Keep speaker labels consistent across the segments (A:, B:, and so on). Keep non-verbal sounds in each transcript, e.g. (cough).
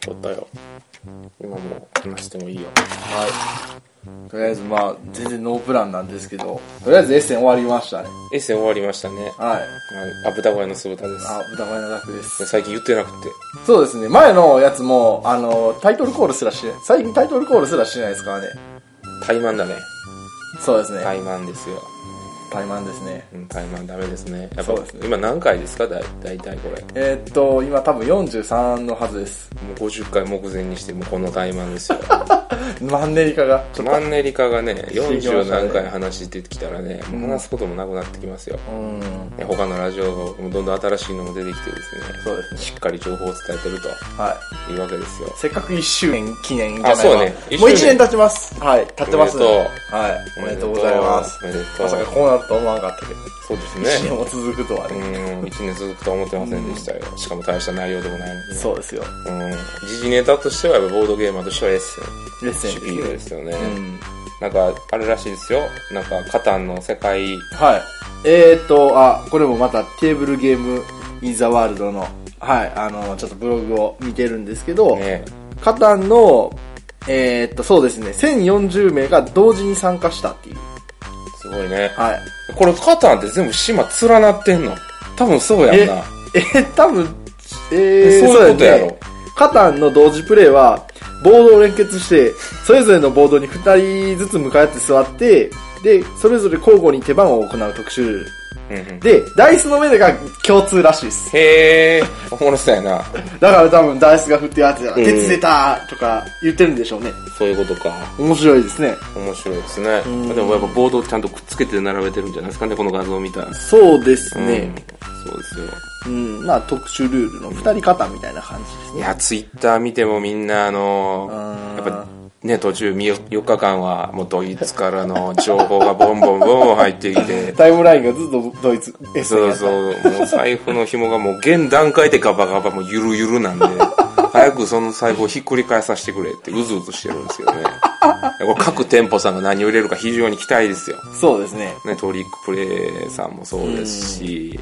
A: 撮ったよ。今もう話してもいいよ。
B: はい。とりあえずまあ、全然ノープランなんですけど、とりあえずエッセン終わりましたね。
A: エッセン終わりましたね。
B: はい。
A: はい。あ、豚小屋の酢豚です。
B: あ、豚小屋の楽です。
A: 最近言ってなくて。
B: そうですね、前のやつも、あの、タイトルコールすらしてない。最近タイトルコールすらしてないですからね。
A: 怠慢だね。
B: そうですね。
A: 怠慢ですよ。
B: タイマンですね。
A: うん、怠慢ダメですね。やっぱ
B: そうですね
A: 今何回ですかだい大体これ。
B: えーっと、今多分43のはずです。
A: もう50回目前にして、もうこの怠慢ですよ。 (laughs)
B: マンネリ化が。ちょっ
A: マンネリ化がね、40何回話してきたらね、
B: ん
A: もう話すこともなくなってきますよ。
B: とうん。
A: ね他のラジオもどんどん新しいのも出てきてですね、
B: そうですね。
A: しっかり情報を伝えてると
B: はい。
A: いうわけですよ。
B: せっかく1周年記念じゃない
A: あそうね
B: わもう1
A: 1
B: 年経ちます。はい。経ってますね。
A: おめで
B: はい。おめでとうございます
A: お。めでとう。
B: まさかこうなるとは思わなかったけど、
A: そうです
B: 1
A: ね
B: 年。も続くとは
A: う
B: ね。
A: ん、1年続くとは思ってませんでしたよ。しかも大した内容でもないのにね。
B: そうですよ。
A: うん。時事ネタとしては、やっぱボードゲーマーとしてはエッセン。
B: レッセン
A: シュピーロですよね。
B: うん。
A: なんか、あれらしいですよ。なんか、カタンの世界、
B: はい。えーっと、あ、これもまたテーブルゲームインザワールドの、はい、あの、ちょっとブログを見てるんですけど、
A: ね、
B: カタンの、えーっと、そうですね、1040名が同時に参加したっていう。
A: すごいね。
B: はい。
A: これ、カタンって全部島連なってんの多分そうやんな。
B: えー、多分、え
A: え
B: ー、
A: そういうことやろ
B: そねカタンの同時プレイは、ボードを連結して、それぞれのボードに2人ずつ向かい合って座って、で、それぞれ交互に手番を行う特殊ルール。
A: うんうん
B: で、ダイスの目でが共通らしいです。
A: へえ、おもろそうやな。
B: だから多分ダイスが振ってるやつが、
A: ん
B: 鉄出たとか言ってるんでしょうね。
A: そういうことか。
B: 面白いですね。
A: 面白いですね。でもやっぱボードをちゃんとくっつけて並べてるんじゃないですかね、この画像を見たら。
B: そうです
A: うん
B: ね。
A: そうですよ。
B: うん、まあ特殊ルールの二人方みたいな感じです
A: い
B: ね。
A: や、ツイッター見てもみんな、あの
B: あー、
A: やっぱ、ね、途中み4日間は、もうドイツからの (laughs) 情報がボンボンボンボン入ってきて
B: タイムラインがずっとドイツ、え
A: そうそう、もう財布の紐がもう現段階でガバガバもうゆるゆるなんで、早くその財布をひっくり返させてくれってうずうずしてるんですけどね。 (laughs) これ各店舗さんが何を入れるか非常に期待ですよ。
B: そうですね。
A: ね、トリックプレイさんもそうですし、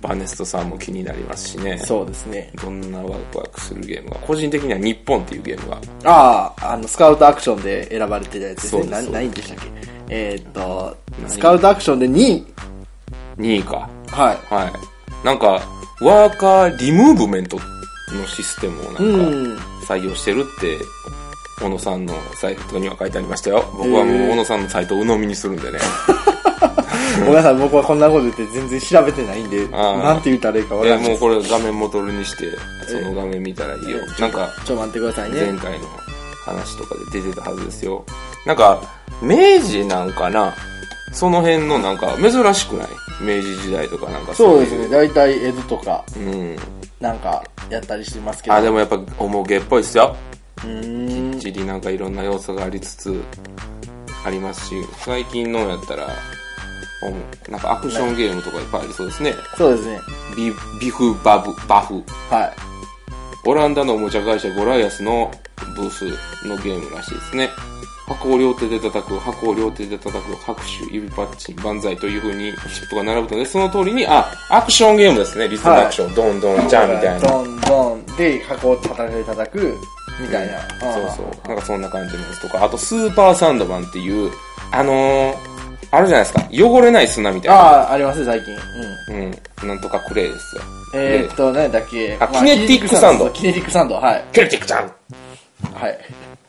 A: バネストさんも気になりますしね。
B: そうですね。
A: どんなワクワクするゲームが、個人的には日本っていうゲームが、
B: ああ、あの、スカウトアクションで選ばれてたやつです
A: そう
B: ね。
A: です
B: な何でしたっけえーっと、
A: 何
B: スカウトアクションで2位。
A: 2位か。
B: はい。
A: はい。なんか、ワーカーリムーブメントのシステムをなんか
B: うん
A: 採用してるって、小野さんのサイトには書いてありましたよ。僕はもう小野さんのサイトを鵜呑みにするんでね。
B: ごめんなさい、僕はこんなこと言って全然調べてないんで、
A: あー
B: なんて言ったらいいかわ
A: い
B: か
A: や、
B: んない
A: もう。これ画面ボトルにして、その画面見たらいいよ。なんか、
B: ちょ、待ってください
A: 前
B: ね。
A: 回の話とかで出てたはずですよ。なんか、明治なんかなその辺のなんか、珍しくない明治時代とかなんか
B: そう
A: い
B: ですね、。大体江戸とか、
A: うん。
B: なんか、やったりしてますけど。
A: あ、でもやっぱ、おもげっぽいっすよ。
B: うーん。
A: 地理なんかいろんな要素がありつつ、ありますし、最近のやったら、おもなんかアクションゲームとかいっぱいありそうですね。
B: そうですね。
A: ビビフバブ、バフ。
B: はい。
A: オランダのおもちゃ会社ゴライアスのブースのゲームらしいですね。箱を両手で叩く、箱を両手で叩く、拍手、指パッチン、万歳という風にチップが並ぶので、その通りに、あ、アクションゲームですね。リズムアクション、ドンドン、ジャンみたいな。
B: ドンドンで箱を叩く叩く、みたいな。
A: そうそう。なんかそんな感じのやつとか、あとスーパーサンドマンっていう、あのー、あるじゃないですか。汚れない砂みたい
B: あ
A: な。
B: あ、ありますね、最近。うん。
A: うん。なんとかクレイですよ。
B: えー、っと、何だっけ。
A: あ
B: ま
A: キネティックサンド
B: キネティックサンド、はい。
A: キレティクちゃん
B: はい。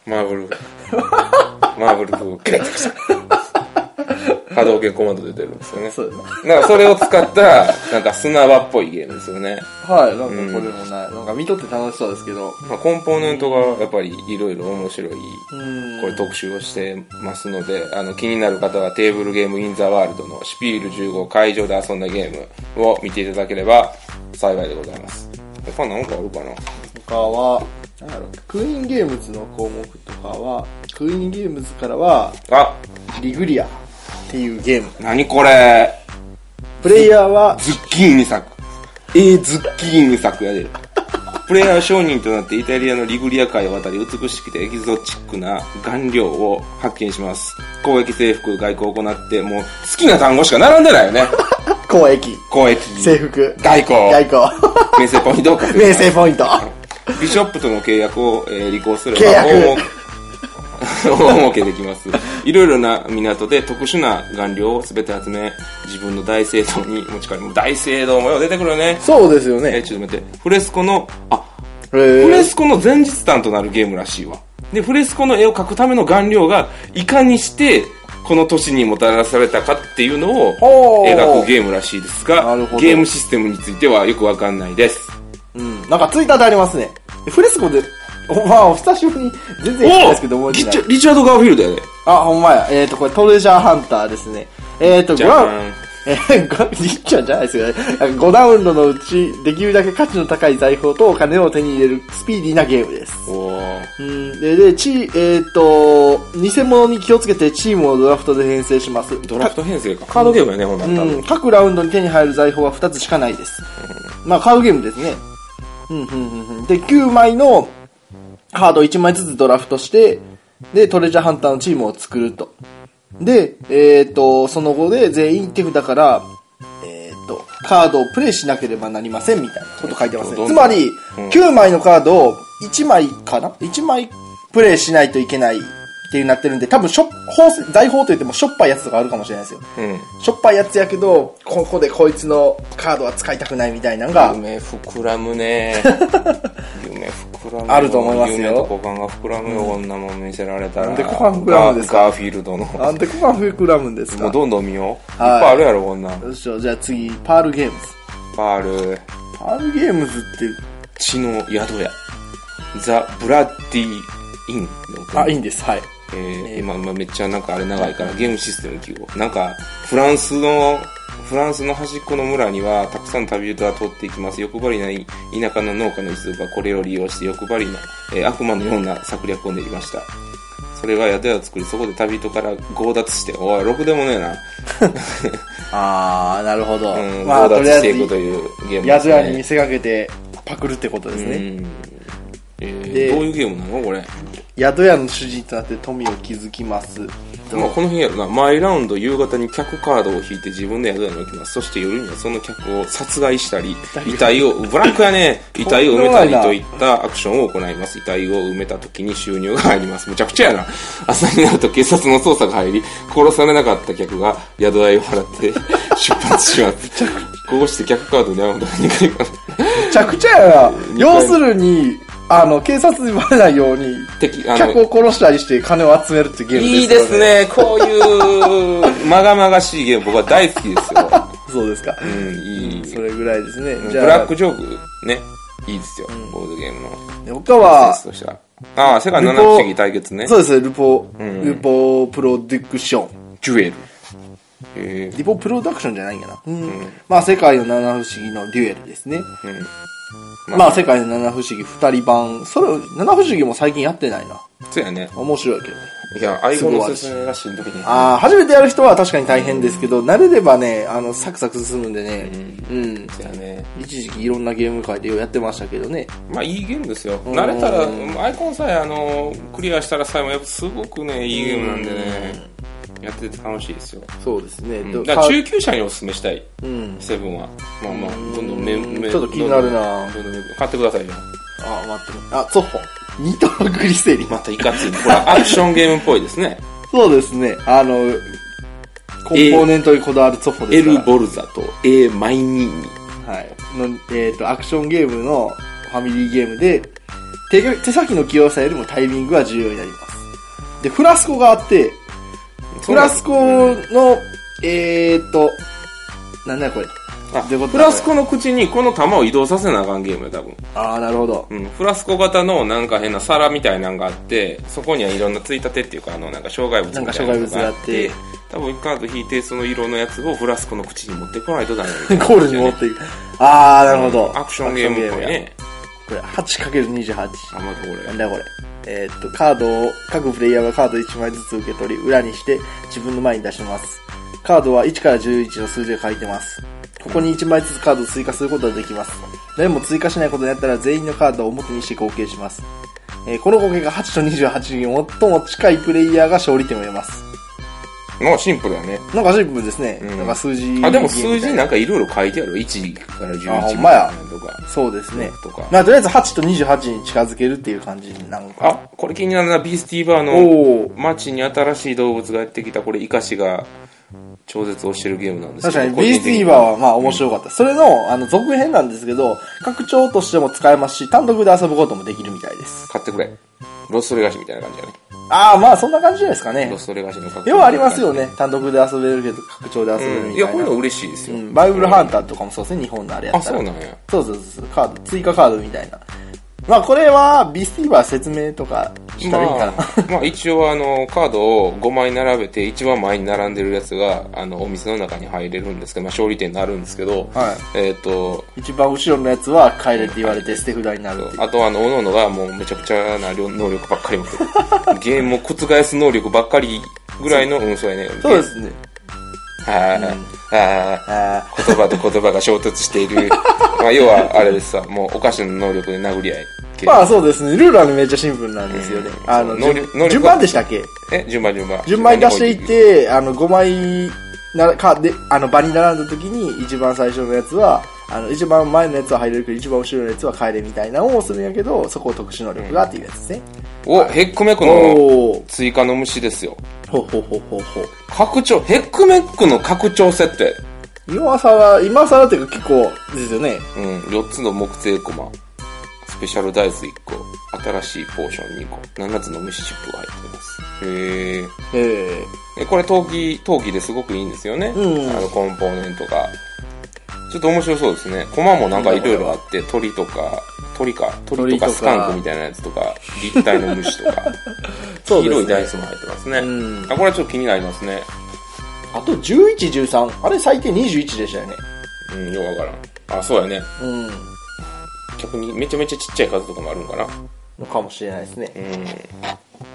A: マーブル。 (laughs) マーブルブー、キレティクちゃん。波動拳コマンドで出るんですよね。
B: そうですね。
A: なんかそれを使った、なんか砂場っぽいゲームですよね。
B: はい、なんかこれもない。なんか見とって楽しそうですけど。
A: まあ、コンポーネントがやっぱりいろいろ面白い、
B: うん
A: これ特集をしてますので、あの気になる方はテーブルゲームインザワールドのシピール15会場で遊んだゲームを見ていただければ幸いでございます。他なんかあるかな
B: 他は、なんだろう、クイーンゲームズの項目とかは、クイーンゲームズからは、
A: あ、
B: リグリアっていうゲーム。
A: 何これ
B: プレイヤーは、
A: ズッキーニ作。えー、ズッキーニ作やで。プレイヤー商人となってイタリアのリグリア海を渡り美しくてエキゾチックな顔料を発見します。交易征服外交を行って、もう好きな単語しか並んでないよね。
B: 公益、
A: 交易。
B: 制服、
A: 外交。
B: 外交、
A: (laughs) 名声ポイントを稼ぎ
B: 名
A: ます
B: 声ポイント。
A: ビショップとの契約を、えー履行すれば
B: 契
A: 大
B: 約
A: 儲け大儲けできますいろいろな港で特殊な顔料を全て集め自分の大聖堂に持ち帰るもう大聖堂もよう出てくるよね
B: そうですよ
A: えー
B: ね。
A: ちょっと待ってフレスコのあ
B: えー
A: フレスコの前日譚となるゲームらしいわでフレスコの絵を描くための顔料がいかにしてこの年にもたらされたかっていうのを
B: ほう
A: 描くゲームらしいですが
B: なるほど
A: ゲームシステムについてはよくわかんないです
B: うん。なんかツイッターでありますね。フレスコで、おまあ、お久しぶりに、全然いないですけど
A: お
B: 覚え
A: リ
B: て
A: チ
B: ない。
A: ャリチャード・ガーフィールドやで
B: あ、ほんまや。えっ、ー、と、これトレジャーハンターですね。えっ、ー、と、
A: じ
B: グ
A: ゃ
B: ラ
A: ーん
B: えー、 (laughs) ごりっちゃんじゃないですよね。5ダウンドのうち、できるだけ価値の高い財宝とお金を手に入れるスピーディーなゲームです。
A: おー
B: うん、で、で、チーえっ、と、偽物に気をつけてチームをドラフトで編成します。
A: ドラフト編成かカードゲームやねほんな
B: う
A: ら多分
B: ん、各ラウンドに手に入る財宝は2つしかないです。まあ、カードゲームですね。うん、うん、うんうん。で、9枚のカード1枚ずつドラフトして、で、トレジャーハンターのチームを作ると。で、えっ、と、その後で全員手札から、えっ、と、カードをプレイしなければなりませんみたいなこと書いてます
A: ど
B: ね。
A: ん
B: つ
A: どん
B: まり、
A: うん
B: 9枚のカードを1枚かな ?1 枚プレイしないといけないっていうなってるんで、多分しょ、宝石財宝といってもしょっぱいやつとかあるかもしれないですよ。
A: うん
B: しょっぱいやつやけど、ここでこいつのカードは使いたくないみたいなのが、
A: 夢膨らむ
B: (laughs)
A: ね夢膨らむ
B: あると思いますよ
A: 夢と股間が膨らむよ、女も見せられたら
B: なんで股間膨らむんですか
A: ガーガーフィールドの
B: なんでここが膨らむんです
A: も
B: か
A: うどんどん見よう、
B: はい
A: い、っぱいあるやろこんなん
B: よいしょ、じゃあ次、パールゲームズ。
A: パール
B: パールゲームズって、
A: 血の宿屋ザ・ブラッディ・インの
B: あ、いいんです、はい。
A: えー、今、今めっちゃなんかあれ長いからゲームシステム記号。なんか、フランスの、フランスの端っこの村にはたくさん旅人が通っていきます。欲張りな田舎の農家の一族がこれを利用して欲張りな、えー悪魔のような策略を練りました。それは宿屋を作り、そこで旅人から強奪して、おい、ろくでもねえな。
B: あー、なるほど。
A: うん、
B: まあ、
A: 強
B: と
A: 奪
B: り
A: し
B: あえ
A: ていくと
B: ず、
A: いうゲームで
B: 宿
A: す
B: 屋に見
A: ね。
B: せかけて、パクるってことです
A: う
B: ね。
A: ん。え
B: で
A: ー、どういうゲームなのこれ。
B: 宿屋の主人となって富を築きます。
A: まあ、この辺やろな、毎ラウンド夕方に客カードを引いて自分で宿屋に置きます。そして夜にはその客を殺害したり、遺体を、ブラックや (laughs) ね、遺体を埋めたりといったアクションを行います。遺体を埋めた時に収入が入ります。むちゃくちゃやな。朝になると警察の捜査が入り、殺されなかった客が宿代を払って (laughs) 出発します。こうして客カードに会うことが2回か
B: めちゃくちゃやな。
A: 二
B: 要
A: 回
B: するに、あの、警察にバレないように、
A: 敵、あ
B: 客
A: の、
B: を殺したりして金を集めるってゲームです。
A: いいです。ね。こういう、まがまがしいゲーム僕は大好きですよ。
B: そうですか。
A: うん、いい。
B: それぐらいですね。
A: ブ
B: じゃあ
A: ラックジョークね、いいですよ、ボードゲームの
B: で他
A: セ
B: は
A: ン、スとしては。ああ、世界
B: ルポ
A: 七不思議対決ね
B: そ。うですね、ルポ、
A: ん
B: ルポプロデュクション。
A: ジュエル。え
B: ルポプロダクションじゃないんかな。うん。まあ、世界の七不思議のデュエルですね。
A: うん
B: まあ、世界の七不思議二人版。それ、七不思議も最近やってないな。
A: ー、そうやね。
B: 面白いけどね。
A: いや、アイコンの説明がしんどいね。
B: ああ、初めてやる人は確かに大変ですけど、慣れればね、あの、サクサク進むんでね。うん。
A: そうやね。
B: 一時期いろんなゲーム会でようやってましたけどね。
A: まあ、いいゲームですよ。慣れたら、アイコンさえ、あの、クリアしたらさえも、やっぱすごくね、いいゲームなんでね。やってて楽しいですよ。
B: そうですね。
A: うん
B: ど
A: だから中級者にお勧めしたい、
B: うん。
A: セブンは。まあまあ、どんどんめ、め
B: ちょっと気になるな
A: どんどんどんどん買ってくださいよ。
B: あ、待って。あ、ゾッホ。ニトログリセリン。
A: またいかつい。これ、アクションゲームっぽいですね。
B: そうですね。あの、コンポーネントにこだわるツォフォで
A: エ
B: すから
A: ル・ボルザと A ・マイニーニ。
B: はい。の、えっ、と、アクションゲームのファミリーゲームで、手が手先の器用さよりもタイミングが重要になります。で、フラスコがあって、フラスコの、えっ、と、なんだこれ。
A: あ
B: どういうこと
A: フラスコの口にこの玉を移動させなあかんゲームや、多分。
B: ああ、なるほ (laughs) ど。
A: うん。フラスコ型のなんか変な皿みたいなんがあって、そこにはいろんなついたてっていうか、あの、なんか障害物みたいなのがあって
B: なんか障害物があ、
A: 多分一カード引いて、その色のやつをフラスコの口に持ってこないとダメみたいな
B: (laughs) ゴールに持っていく。ああ、なるほど。
A: アクションゲームっぽい
B: アクションゲームや。
A: ね。
B: これ、8×28。
A: あ、まだこれ。
B: なんだこれ。えーっと、カードを、各プレイヤーがカード1枚ずつ受け取り、裏にして自分の前に出します。カードは1から11の数字が書いてます。ここに1枚ずつカードを追加することができます。誰も追加しないことになったら全員のカードを表にして合計します。えーこの合計が8と28に最も近いプレイヤーが勝利点を得ます。
A: まあシンプルだね。
B: なんかシンプルですね。
A: うん
B: なんか数字。
A: あ、でも数字なんんかいろいろ書いてある。1から11
B: あほん
A: み
B: ま
A: た
B: や
A: いなのとか。
B: そうですね。
A: とか
B: まあ、とりあえず8と28に近づけるっていう感じなんか。
A: あ、これ気になるな。ビースティーバーの
B: おー。
A: 街に新しい動物がやってきた。これイカシが超絶をしてるゲームなんです
B: 確
A: けど。
B: かに、ビースティーバーはまあ面白かった。それの、あの、続編なんですけど、拡張としても使えますし、単独で遊ぶこともできるみたいです。
A: 買ってくれ。ロストレガシみたいな感じだね。
B: ああ、まあ、そんな感じじゃないですかね
A: ロ。ストレガシの格好
B: 要はありますよね。単独で遊べるけど、拡張で遊べるみたいな。
A: いや、こういうの嬉しいですよ。
B: うん、バイブルハンターとかもそうですね、日本のあれや
A: あ、
B: ったら。
A: そうなんや。
B: そうそうそう、カード、追加カードみたいな。まあこれは、ビスティーバー説明とかしたらいいか
A: ま
B: な。
A: あ、まあ一応あの、カードを5枚並べて、一番前に並んでるやつが、あの、お店の中に入れるんですけど、まあ、勝利点になるんですけど、
B: はい
A: えっ、と、
B: (laughs) 一番後ろのやつは帰れって言われて捨て札になるっていう。
A: あとあの、各々がもうめちゃくちゃな量能力ばっかり
B: (laughs)
A: 持ってる。ゲームを覆す能力ばっかりぐらいの、うん、そうやね。
B: そうですね。
A: はいはいはいはいはい。
B: あ
A: 言葉と言葉が衝突してい
B: (laughs)
A: る。まあ、要は、あれですさ、もうお菓子の能力で殴り合い
B: ー
A: 系。
B: まあそうですね。ルールはねめっちゃシンプルなんですよね。
A: うん
B: あの、
A: 能力能力は
B: 順順番でしたっけ
A: え、順番順番。
B: 順番に出していって、あの、5枚なら、か、で、あの、場に並んだ時に、一番最初のやつは、あの、一番前のやつは入れるけど、一番後ろのやつは帰れみたいなのをするんやけど、そこを特殊能力がっていうやつですね。
A: お、ヘッコメックの
B: おおー
A: 追加の虫ですよ。
B: ほうほうほうほうほう。
A: 拡張、ヘックメックの拡張設定。
B: 今さら、今さらっていうか結構ですよね。
A: うん、4つの木製コマ。スペシャルダイス1個。新しいポーション2個。7つの虫チップが入ってます。へー
B: え
A: え、これ陶器、陶器ですごくいいんですよね。
B: うん
A: あの、コンポーネントが。ちょっと面白そうですね。コマもなんかいろいろあって、鳥とか、鳥か、鳥
B: 鳥
A: とか
B: とか
A: スカンクみたいなやつとか、立体の虫 (laughs) とか、
B: えそう
A: 黄
B: で
A: 色い
B: す
A: ダイ
B: ね。
A: スも入ってますね。
B: うん
A: あ、これはちょっと気になりますね。
B: あと11、13。あれ最低21でしたよね。
A: うん、ようわからん。あ、そうやね。
B: うん。
A: 逆にめちゃめちゃちっちゃい数とかもあるんかな。
B: のかもしれないですね。
A: うん。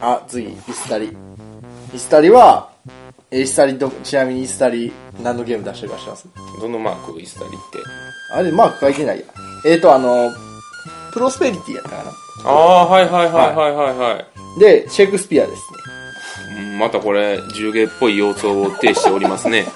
B: あ、次、イスタリ。イスタリは、えイスタリと、ちなみにイスタリ、何のゲーム出してるか知ってます
A: どのマークイスタリって。
B: あれ、マーク書いてないや。えっ、ー、と、あの、プロスペリティやったかな。
A: ああ、はいはいはいはいはいはい。
B: で、シェイクスピアです
A: うんまたこれ、重芸っぽい様相を呈しておりますね。
B: ね。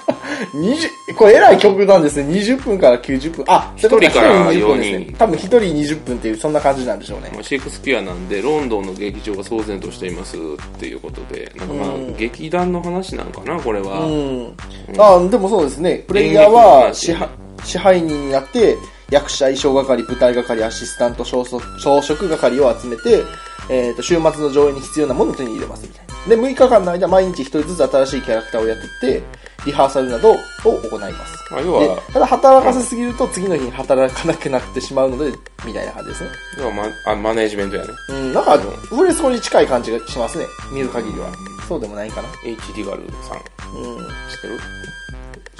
B: 20、これえらい曲なんですね。20分から90分。あ、一
A: 一人から
B: 20分です
A: 四
B: ね。
A: 人
B: 多分一人20分っていう、そんな感じなんでしょうね。
A: まあシェイクスピアなんで、ロンドンの劇場が騒然としていますっていうことで、なんかまあ、
B: うん
A: 劇団の話なんかな、これは。
B: うん。あ、でもそうですね。プレイヤーは支配支配人になって、役者、衣装係、舞台係、アシスタント、装飾装飾係を集めて、えっ、と、週末の上映に必要なものを手に入れますみたいな。で、6日間の間、毎日一人ずつ新しいキャラクターをやってって、リハーサルなどを行います。
A: まあ、要
B: で
A: は、、
B: ただ働かせすぎると次の日に働かなくなってしまうので、みたいな感じですね。
A: 要はマあマネージメントやね。
B: うん、なんか、ウレスコに近い感じがしますね。見る限りは。そうでもないかな。
A: H ・ディガルさん。
B: うん、
A: 知ってる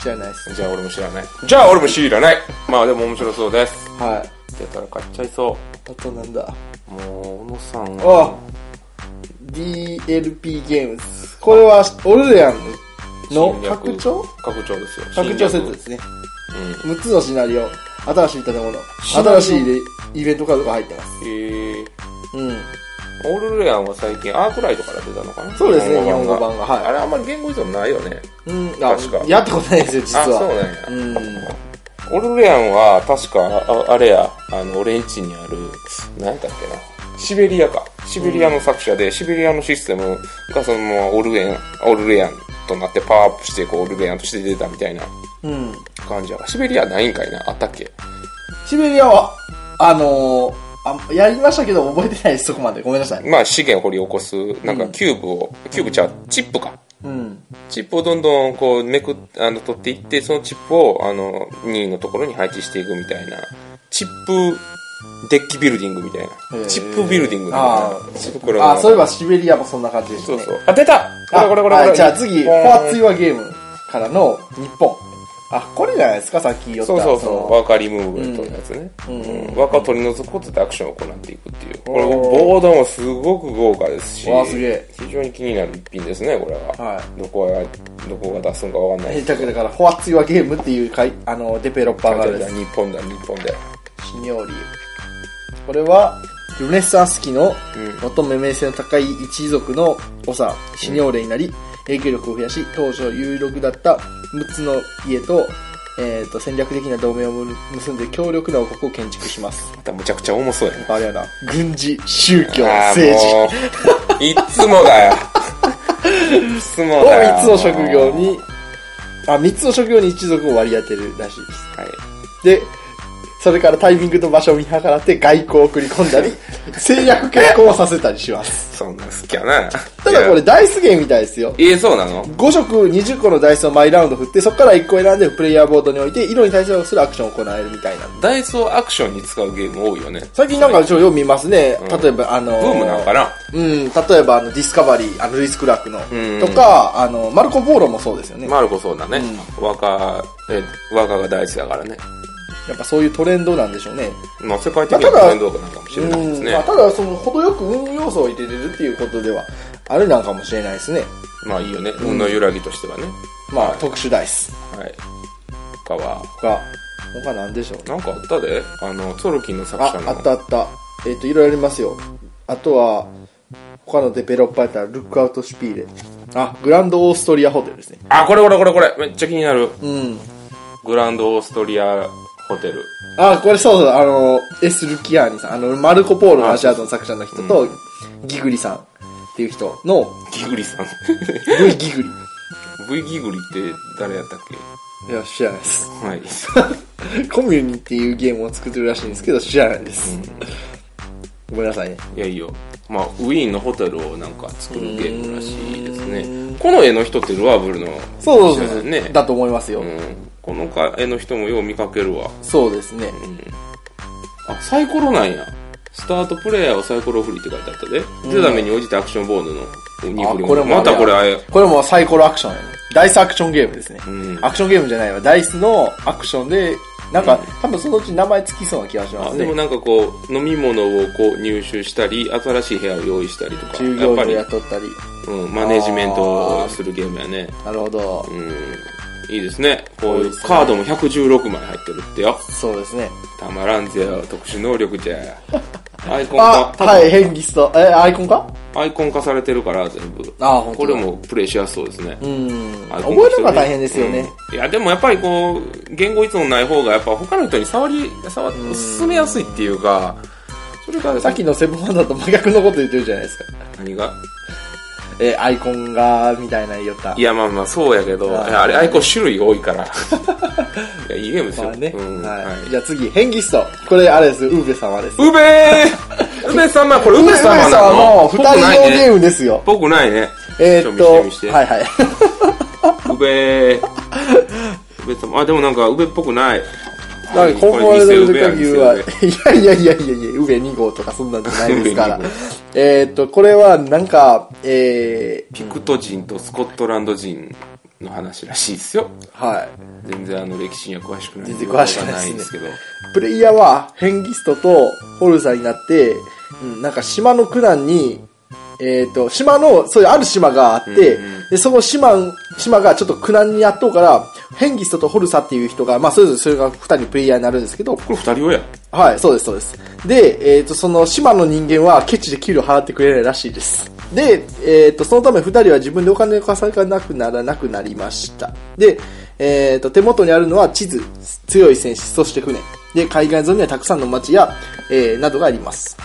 B: 知らないです。
A: じゃあ俺も知らない。じゃあ俺も知らないまあでも面白そうです。
B: はい。
A: やったら買っちゃいそ
B: あとなんだ。
A: う。もう、小野さんは
B: あ DLP ゲームズ。これは、オルレアンの
A: 侵略
B: 拡張
A: 拡張ですよ。
B: 拡張セットですね。
A: うん。
B: 6つのシナリオ、新しい建物、
A: ナリオ
B: 新しいイベントカードが入ってます。
A: えー、
B: うん。
A: オールレアンは最近アークライトから出たのかな
B: そうですね、日
A: 日
B: 本
A: 本
B: 語
A: 語版が。
B: 版が。は
A: あれあんまり言語依存ないよね。
B: い。うん、
A: 確か
B: やったことないですよ、実
A: あ、そう
B: は。
A: なん
B: う
A: や。
B: ん。
A: オールレアンは確か、ああれや、あの、俺ん家にある、何やったっけな。シベリアか。シベリアの作者で、シベリアのシステムがそのままオルレアン、オルレアンとなってパワーアップして、こう、オルレアンとして出たみたいな
B: うん。
A: 感じやわシベリアないんかいな。あったっけ
B: シベリアは、あのー、あやりましたけど覚えてないです、そこまで。ごめんなさい。
A: まあ、資源掘り起こす、なんかキューブを、キューブちゃう、チップか。
B: うん。
A: チップをどんどんこうめくっあの取っていってそのチップをあの2位のところに配置していくみたいなチップデッキビルディングみたい
B: へ
A: な
B: ー
A: チップビルディングみたい
B: あ
A: な
B: ー
A: チップの
B: あ、そういえばシベリアもそんな感じでした
A: そう
B: ね。
A: そうあ出たこれこれこれこ
B: は
A: れ
B: いじゃあ次、フ
A: ポーン
B: ォアツイワゲームからの日本。あ、これじゃないですか、さっき言った。
A: そうそうそう
B: の
A: ワーカーリムーブメントのやつね、
B: うん
A: うんワーカーを取り除くことでアクションを行っていくっていうこれ
B: おー
A: ボードもすごく豪華ですし
B: わあすげえ
A: 非常に気になる一品ですねこれは、
B: は
A: どこがどこが出すのかわかんない
B: (laughs) え
A: です
B: だから、だからフォアツイワゲームっていうかいあの、デベロッパーがあるんです。
A: 日本だ日本だよ
B: シニョーリこれは、ルネッサンス期の
A: うん
B: 最も名声の高い一族の長、シニョーレになり、影響力を増やし、当初有力だった6つの家と、えっ、と、戦略的な同盟を結んで強力な王国を建築します。
A: またむちゃくちゃ重そうやな。
B: あれやな、軍事、宗教、
A: あー
B: 政治。
A: もういっつもだよ。いっつも
B: を
A: だよ。
B: 3つの職業に、あ、3つの職業に一族を割り当てるらしいです。
A: はい。
B: で、それからタイミングと場所を見計らって外交を繰り込
A: (laughs)
B: んだり、政略結婚をさせたりします。
A: そんなん好きやな。
B: ただこれダイスゲームみたいですよ。
A: いや。えー、そうなの
B: 5色20個のダイスを毎ラウンド振って、そこから1個選んでプレイヤーボードに置いて、色に対応するアクションを行えるみたいなんで。
A: ダイソーアクションに使うゲーム多いよね。
B: 最近なんかちょっとよく見ますね
A: うん。
B: 例えばあの
A: ブームなんかな
B: うん、例えばあのディスカバリー、あのルイス・クラークの
A: ん。
B: とか、あの、マルコ・ボーロもそうですよね。
A: マルコそうだね。若、え、若が大好きだからね。
B: やっぱそういうトレンドなんでしょうね。
A: まあ、世界的には
B: まあた
A: トレ
B: だ
A: ンドなんかもしれないです
B: うんまあ、
A: ね。
B: ただその程よく運要素を入れれるっていうことではあれなんかもしれないですね
A: まあいいよね。運の揺らぎとしてはね。
B: まあ特殊ダイス
A: はい。他は、
B: 他他なんでしょう
A: なんかあったであの、ツォルキンの作
B: あ
A: 者の。
B: あったあったえっ、といろいろありますよあとは他のデベロッパーやったらルックアウトシュピーレあグランドオーストリアホテルですね
A: あ、これこれこれこれ。めっちゃ気になる。
B: うん
A: グランドオーストリアホテル。
B: あこれそうそうあのエス・ルキアーニさんあのマルコ・ポーロの足跡の作者の人と、ギグリさんっていう人の
A: ギグリさん。 (laughs)
B: V ギグリ
A: V ギグリって誰やったっ
B: いや知らないです
A: けはい。 (laughs)
B: (laughs) コミュニっていうゲームを作ってるらしいんですけど、知らないです。ごめんなさいね。
A: いや、いいよ。まあ、ウィーンのホテルをなんか作るゲームらしいですね。この絵の人ってルアブルの、
B: そうそうそう。
A: ね
B: だと思いますよ。
A: うん。この絵の人もよう見かけるわ。
B: そうですね。
A: あ、サイコロなんや。スタートプレイヤーはサイコロ振りって書いてあったで。出た目に応じてアクションボードの2振り
B: あこれも
A: またこれあれ、
B: これもサイコロアクションやね。ダイスアクションゲームですね。
A: ん
B: アクションゲームじゃないわ。ダイスのアクションで、なんか、多分そのうち名前つきそうな気がしま
A: あ
B: す
A: でも
B: ね。
A: なんかこう、飲み物をこう入手したり、新しい部屋を用意したりとか、
B: 従
A: や
B: 業
A: っぱ
B: 員を
A: り、
B: 雇ったり。
A: うん、マネジメントをするゲームやね。
B: なるほど。
A: うん、いいですね。こうい
B: そう
A: う
B: ですね
A: カードも116枚入ってるってよ。
B: そうですね。
A: たまらんぜよ、特殊能力じ
B: (laughs)
A: ゃ。アイコン
B: あ
A: 化、、
B: はい、変ギスト。え、アイコンか
A: アイコン化されてるから、全部。
B: あ、ほん
A: ことれ
B: だ。
A: もプレイしやすそうですね。
B: うん。
A: アイ
B: 覚
A: コン
B: える
A: 化して
B: のが大変ですよね。。
A: うんいや、でもやっぱりこう、言語依存ない方が、やっぱ他の人に触り、触って、進めやすいっていうか、それから
B: さっきのセブンワンだと真逆のこと言ってるじゃないですか。
A: 何が
B: えーアイコンが、みたいな言いよった。
A: いや、まあまあ、そうやけど、い
B: はい
A: やあれ、アイコン種類が多い
B: (laughs)
A: から。いや、いいゲームです
B: ま
A: よ。
B: あね。
A: うんはい
B: はい。じゃあ次、変ギスト。これ、あれです。ウーベ様です。
A: うべーうべ様、これ、うべ様な
B: はも
A: の
B: う、二人
A: ない
B: 用ゲ
A: ね。
B: ームですよ。
A: 僕ないね。
B: えーっと、
A: 見して見して (laughs)
B: はいはい。
A: うべー。うべ様。あ、でもなんか、うべっぽくない。
B: なんか、今後
A: これ
B: や
A: 偽
B: る
A: ウベや
B: 限りは、いやいやいやいやいや、ウベ2号とかそんなんじゃないですから。えーっと、これは、なんか、え
A: ピクト人とスコットランド人の話らしいですよ。
B: ー、はい。
A: 全然あの、歴史には詳しくない。
B: 全然詳しくないですね
A: んですけど。
B: プレイヤーはヘンギストとホルザになって、うん、なんか島の苦難に、えっ、と、島の、そういうある島があって、
A: うん
B: で、その島、島がちょっと苦難にやっとうから、ヘンギストとホルサっていう人が、まあ、それぞれそれが二人プレイヤーになるんですけど、
A: これ、二人用や。
B: はい、そうです、そうです。で、えっ、と、その島の人間はケチで給料払ってくれないらしいです。で、えっ、と、そのため二人は自分でお金を稼がなくならなくなりました。で、えっ、と、手元にあるのは地図、強い戦士、そして船。で、海岸沿いにはたくさんの町や、えーなどがあります。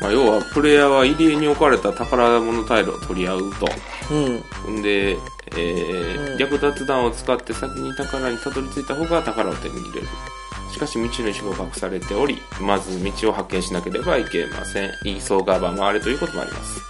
A: まあ、要は、プレイヤーは入り江に置かれた宝物タイルを取り合うと。
B: うん。
A: んで、えー略奪弾を使って先に宝にたどり着いた方が宝を手に入れるしかし道の石が隠されておりまず道を発見しなければいけません急がば回れということもあります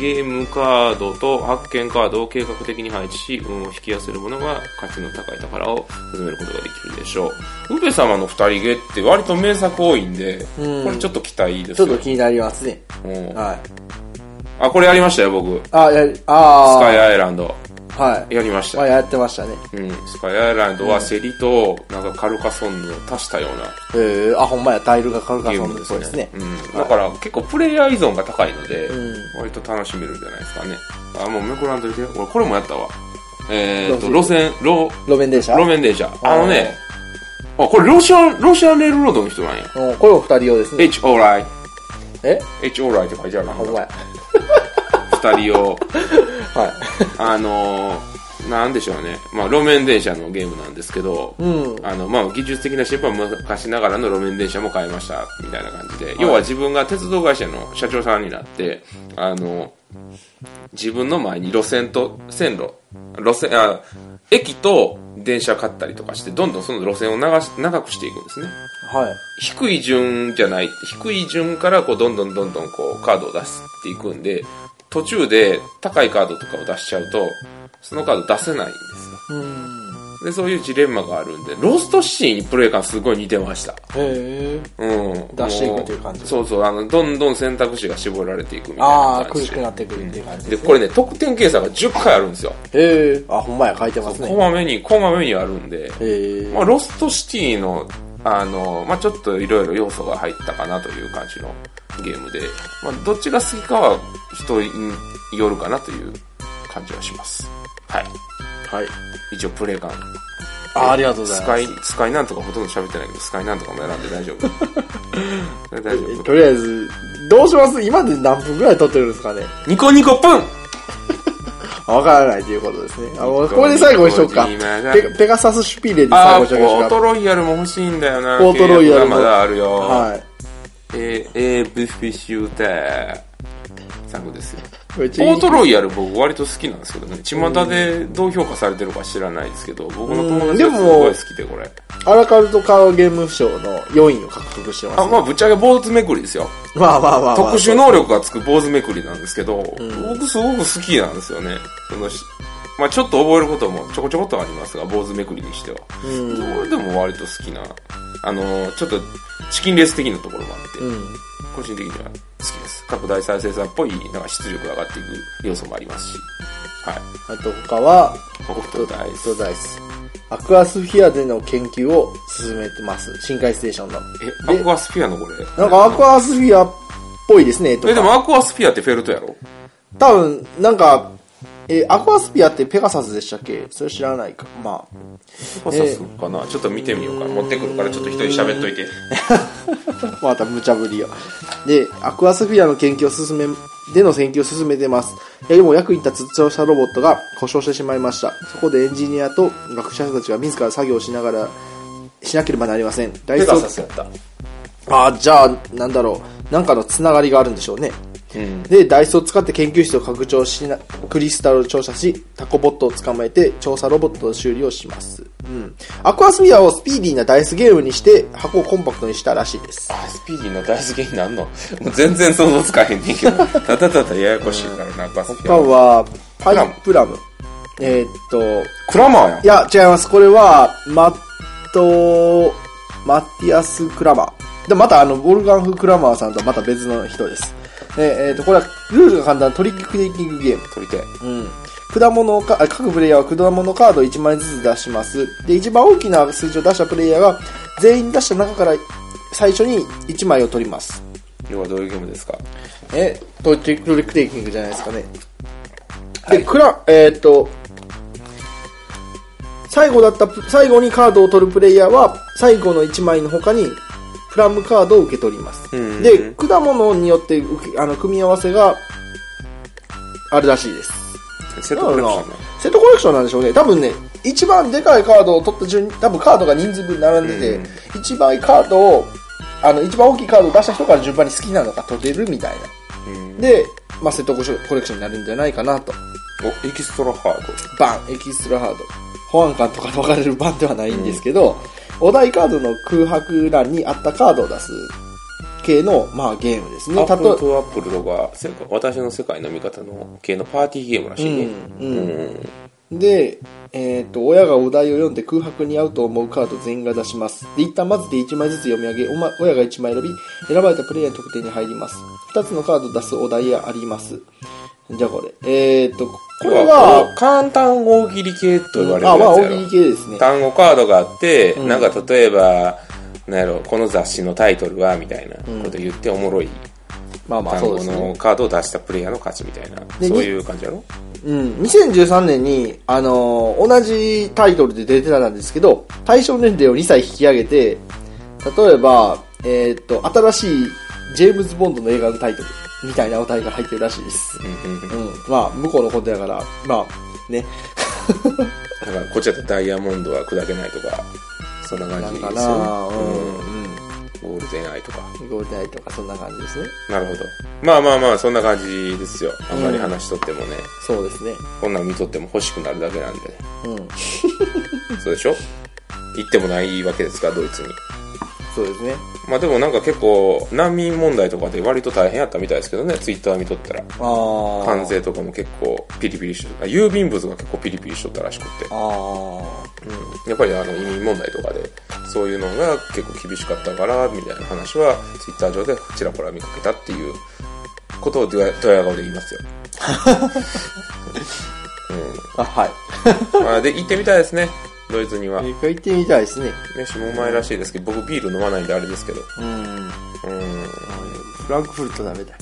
A: ゲームカードと発見カードを計画的に配置し運を引き寄せる者が価値の高い宝を進めることができるでしょう宇部様の二人芸って割と名作多いんで、
B: うん
A: これちょっと期待で
B: ち
A: す
B: ょ
A: よ
B: っと気になりますね。
A: うん
B: はい。
A: あこれやりましたよ僕ス
B: あ、やり、あ
A: カイ
B: ー。
A: アイランド
B: はい。
A: やりました
B: まあ、やってましたね。
A: うん、スカイアイランドはセリと、なんかカルカソンヌを足したよう
B: えー、あ、ほんまや、タイルがカルカ
A: なゲ
B: ソ
A: ー
B: ン
A: ム
B: の
A: で
B: そう
A: す
B: です
A: ね
B: ね。。
A: うんだから結構プレイヤー依存が高いので、
B: うん
A: 割と楽しめるんじゃないですかね。あ、もうめくらんといて。俺これもやったわ。えーと、
B: どう
A: 路線、路、
B: 路面電車
A: 路面電車。あのね、あ、これロシアン、ロシアンレールロードの人なんや。
B: うん、これも二人用ですね。
A: H alright。
B: え
A: H alright って書いてあるな。
B: ほんまや。
A: 二人を、
B: はい。
A: あのーなんでしょうね。まあ、路面電車のゲームなんですけど、
B: うん。
A: あの、まあ、技術的な失敗は昔ながらの路面電車も買いました、みたいな感じで。要は自分が鉄道会社の社長さんになって、あの、自分の前に路線と線路、路線、あ、駅と電車買ったりとかして、どんどんその路線を長し長くしていくんですね。
B: はい。
A: 低い順じゃない、低い順からこうどんどんどんどんこうカードを出していくんで、途中で高いカードとかを出しちゃうと、そのカード出せないんですよ。
B: うん。
A: で、そういうジレンマがあるんで、ローストシーンにプレイ感すごい似てました。
B: へえ。
A: うん。
B: 出していくという感じ
A: もそうそう、あの、どんどん選択肢が絞られていくみたい
B: ああ、
A: な感
B: 苦
A: じ
B: しくなってくるっていう感じ
A: で、
B: です、ね。
A: これね、得点計算が10回あるんですよ。
B: へえ。あ、ほんまや、書いてます
A: こ
B: ね。
A: まめに、こまめにあるんで。
B: へえ。
A: まあ、ロストシティの、あの、まあ、ちょっといろいろ要素が入ったかなという感じのゲームで、まあ、どっちが好きかは人によるかなという感じはします。はい。
B: はい。
A: 一応プレイ感。
B: あありがとうござい
A: ス
B: ま
A: カ
B: す
A: イ、スカイなんとかほとんど喋ってないけど、スカイなんとかも選んで大丈夫。それ大丈
B: え。 (laughs)
A: 夫。
B: とりあえず、どうします今で何分ぐらい撮ってるんですかね
A: ニコニコプン
B: わからないということですね。あ、もうこれで最後にしよっか。ペペガサスシュピーレで
A: あ
B: 最
A: あー、
B: 後にしよ
A: ポ
B: う
A: ー
B: か
A: ト。ロイヤルも欲しいんだよな。
B: ポートロイヤ
A: 契
B: ル
A: 約
B: も
A: がまだあるよ。
B: はい。
A: えー、えー、ビフィッシューテー。最後ですよ。
B: これち
A: ポートロイヤル僕割と好きなんですけどね。巷でどう評価されてるか知らないですけど、僕の友達
B: う
A: が
B: ん
A: すごい好きでこれ。
B: アラカルトカーゲーム賞の4位を獲得してます、
A: あ、まあぶっちゃけ坊主めくりですよ。
B: まあまあまあ、まあ。
A: 特殊能力がつく坊主めくりなんですけど、僕すごく好きなんですよね。そのしまあちょっと覚えることもちょこちょこっとありますが、坊主めくりにしては。
B: うん。
A: これでも割と好きな、あの、ちょっとチキンレース的なところもあって、
B: うん。
A: 個人的には好きです。拡大再生産っぽい、なんか出力が上がっていく要素もありますし。はい。
B: あと他は、
A: 北斗大
B: オクトダイス。アクアスフィアでの研究を進めてます。深海ステーションの。
A: え、アクアスフィアのこれ。
B: なんかアクアスフィアっぽいですね、と
A: え、で
B: か。
A: もアクアスフィアってフェルトやろ
B: 多分、なんか、え、アクアスフィアってペガサスでしたっけそれ知らないか。まあ。
A: パサスかな、ちょっと見てみようかな。持ってくるからちょっと一人喋っといて。
B: また無茶ぶりや。で、アクアスフィアの研究を進め、での研究を進めてます。やりも役に立つ自動車ロボットが故障してしまいました。そこでエンジニアと学者たちが自ら作業しながら、しなければなりません。大
A: ペガ
B: 卒
A: サスやった。
B: ああ、じゃあ、なんだろう。なんかのつながりがあるんでしょうね。
A: うん。
B: で、ダイスを使って研究室を拡張しな、クリスタルを調査し、タコボットを捕まえて、調査ロボットの修理をします。うん。アクアスフィアをスピーディーなダイスゲームにして、箱をコンパクトにしたらしいです。
A: あ、スピーディーな大好きになんのもう全然想像つかへんねんけ (laughs) ど。ただただややこしいからな、アクアスフ
B: 他
A: ィア。
B: は、パイプラム。えーっと、
A: クラマーやん
B: い。や、違います。これは、マット、マティアス・クラマー。で、またあの、ボルガンフ・クラマーさんとはまた別の人です。でえーっと、これは、ルールが簡単なトリッククリッキングゲーム。
A: 取りて。
B: うん。果物か、あ各プレイヤーは果物カードを1枚ずつ出します。で、一番大きな数字を出したプレイヤーが、全員出した中から最初に1枚を取ります。
A: 要はどういうゲームですか
B: え、トリッククリッキングじゃないですかね。で、クラ、えーっと、最後だったプ、最後にカードを取るプレイヤーは、最後の1枚の他に、プラムカードを受け取ります。
A: うんうんうん
B: で、果物によって受け、あの、組み合わせが、あるらしいです。
A: セットコレクションな
B: セットコレクションなんでしょうね。多分ね、一番でかいカードを取った順に、多分カードが人数分並んでて、
A: うん
B: 一番カードを、あの、一番大きいカードを出した人から順番に好きなのが取れるみたいな。
A: うん
B: で、まあ、セットコレクションになるんじゃないかなと。
A: お、エキストラハード。
B: バン、エキストラハード。保安官とかに分かれるバンではないんですけど、お題カードの空白欄にあったカードを出す系の、まあ、ゲームですね。
A: アップル
B: 例え
A: とアップルとか、せ私の世界の味方の系のパーティーゲームらしいね。
B: うんうん
A: ん
B: で、えっ、と、親がお題を読んで空白に合うと思うカード全員が出します。で、一旦混ぜて1枚ずつ読み上げ、おま、親が1枚選び、選ばれたプレイヤーの得点に入ります。2つのカードを出すお題があります。じゃあこれ。えっ、と、これは、、
A: 簡単大喜利系と言われるや
B: あ、
A: つや
B: まあ、
A: ろ。
B: 大喜利系ですね。
A: 単語カードがあって、
B: うん
A: なんか例えば、なんやろ、この雑誌のタイトルは、みたいなこと言っておもろい
B: まあまあ、
A: 単
B: そう
A: 語
B: です
A: の
B: ね。
A: カードを出したプレイヤーの勝ちみたいな、
B: で
A: そういう感じやろ
B: うん。2013年に、あのー同じタイトルで出てたんですけど、対象年齢を2歳引き上げて、例えば、えっ、と、新しいジェームズ・ボンドの映画のタイトルみたいなお題が入ってるらしいです。
A: うんうんうん。だ
B: うん。まあ、向こうのことやから、まあ、ね。
A: から、こっちだったらダイヤモンドは砕けないとか、そんな
B: な
A: 感
B: ん
A: じ
B: か
A: で
B: な
A: す
B: あ
A: よ
B: う
A: ね。
B: ん。
A: うん
B: うん。
A: ゴールデンアイとか。
B: ゴールデンアイとかそんな感じですね。
A: なるほど。まあまあまあ、そんな感じですよ。あんまり話しとってもね、
B: そうですね。
A: こんなん見とっても欲しくなるだけなんで、ね。
B: うん。
A: そうでしょ行ってもないわけですから、ドイツに。
B: そうですね。
A: まあでもなんか結構、難民問題とかで割と大変やったみたいですけどね、ツイッター見とったら。
B: ああ。
A: 関税とかも結構ピリピリしとった。あ郵便物が結構ピリピリしとったらしくって。
B: ああ。
A: やっぱりあの移民問題とかでそういうのが結構厳しかったからみたいな話はツイッター上でちらほら見かけたっていうことをドヤドヤ顔で言いますよ、
B: あ、はい。
A: まあ、で行ってみたいですねドイツには
B: 一回行ってみたいですね。
A: 飯もうまいらしいですけど僕ビール飲まないんであれですけど
B: うん。
A: うん
B: フランクフルト食べたい。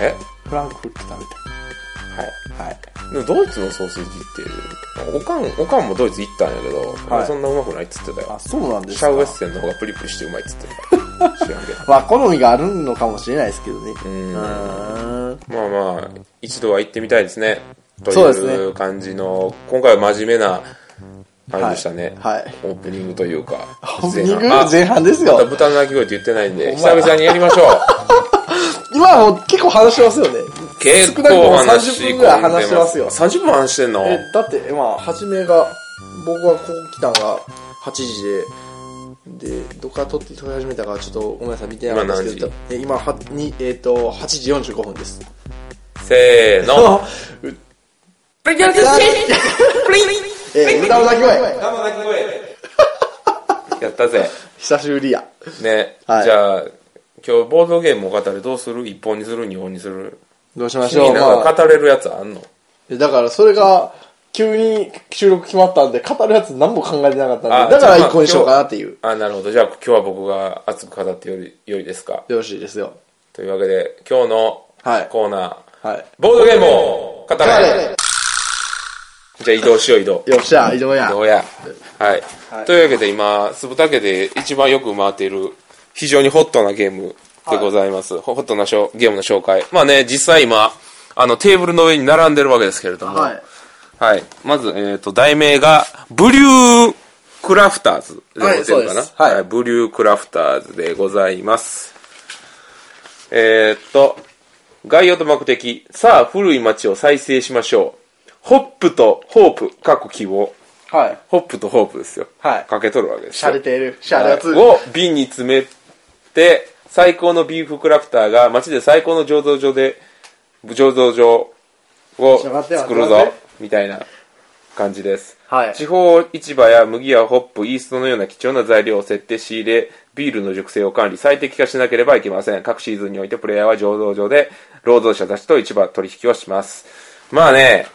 A: え
B: フランクフルト食べ
A: はい
B: たい。はい。
A: でもドイツのソーセージっておかんおかんもドイツ行ったんやけど、
B: はい
A: そんなうまくないっつってたよ
B: あ、そうなんです
A: シ
B: か。
A: ャウエッセンの方がプリプリしてうまいっつってた知らんけど
B: まあ、好みがあるのかもしれないですけどね。
A: ん
B: うん。
A: まあまあ、一度は行ってみたいですね。と
B: そうです
A: い
B: ね
A: う感じの、今回は真面目な、あれでしたね、
B: はい。
A: オープニングというか。
B: オープニング
A: あ
B: 前半です
A: また
B: よ。
A: 豚の鳴き声って言ってないんで、
B: ほんまや
A: 久々にやりましょう。
B: (laughs) 今もう結構話してますよね。
A: 結構
B: 少なくとも
A: 話
B: 30分ぐらい話してますよ。
A: 30分話
B: (laughs)
A: してんの
B: え、だって、まあ、初めが、僕がこう来たのが8時で、で、どっから撮って撮り始めたかちょっとごめんなさい、見てなかったんですけど、え今は、に、えっ、と、8時45分です。
A: せーの。
B: えー、歌うだけ声 (laughs)
A: やったぜ。
B: 久しぶりや。
A: ね、
B: はい
A: じゃあ、今日ボードゲームを語るどうする一本にする二本にする
B: どうしましょ
A: 君
B: う。
A: なん
B: ま
A: か
B: あ
A: 語れるやつあんの
B: えだから、それが、急に収録決まったんで、語るやつ何も考えてなかった
A: あ
B: んで、だから
A: じゃあ
B: 一個にしようかなっていう。
A: あ、なるほど。じゃあ今日は僕が熱く語ってより、よりですか。
B: よろしいですよ。
A: というわけで、今日の
B: はい
A: コーナー、
B: はい。
A: ボードゲームを語れじゃあ移動しよう、移動。
B: よっしゃ、移動や。
A: どうや。はい。
B: はい
A: というわけで今、スブタ家で一番よく回っている、非常にホットなゲームでございます。ホホットなしょゲームの紹介。まあね、実際今、あの、テーブルの上に並んでるわけですけれども。
B: はい。
A: はい。まず、えっ、と、題名が、ブリュークラフターズでございます
B: はいそうですはい
A: ブリュークラフターズでございます。えっ、と、概要と目的、さあ、古い街を再生しましょう。ホップとホープ、過去希望。
B: はい。
A: ホップとホープですよ。
B: はい
A: かけとるわけです
B: シャ
A: よ。
B: レてる。シャレやつ。
A: を瓶に詰めて、最高のビーフクラフターが街で最高の醸造所で、醸造所を
B: ちょっと待って
A: 作る
B: ちょっと
A: ぞ
B: 待っ、
A: みたいな感じです。
B: はい
A: 地方市場や麦やホップ、イーストのような貴重な材料を設定仕入れ、ビールの熟成を管理、最適化しなければいけません。各シーズンにおいてプレイヤーは醸造所で労働者たちと市場取引をします。まあね、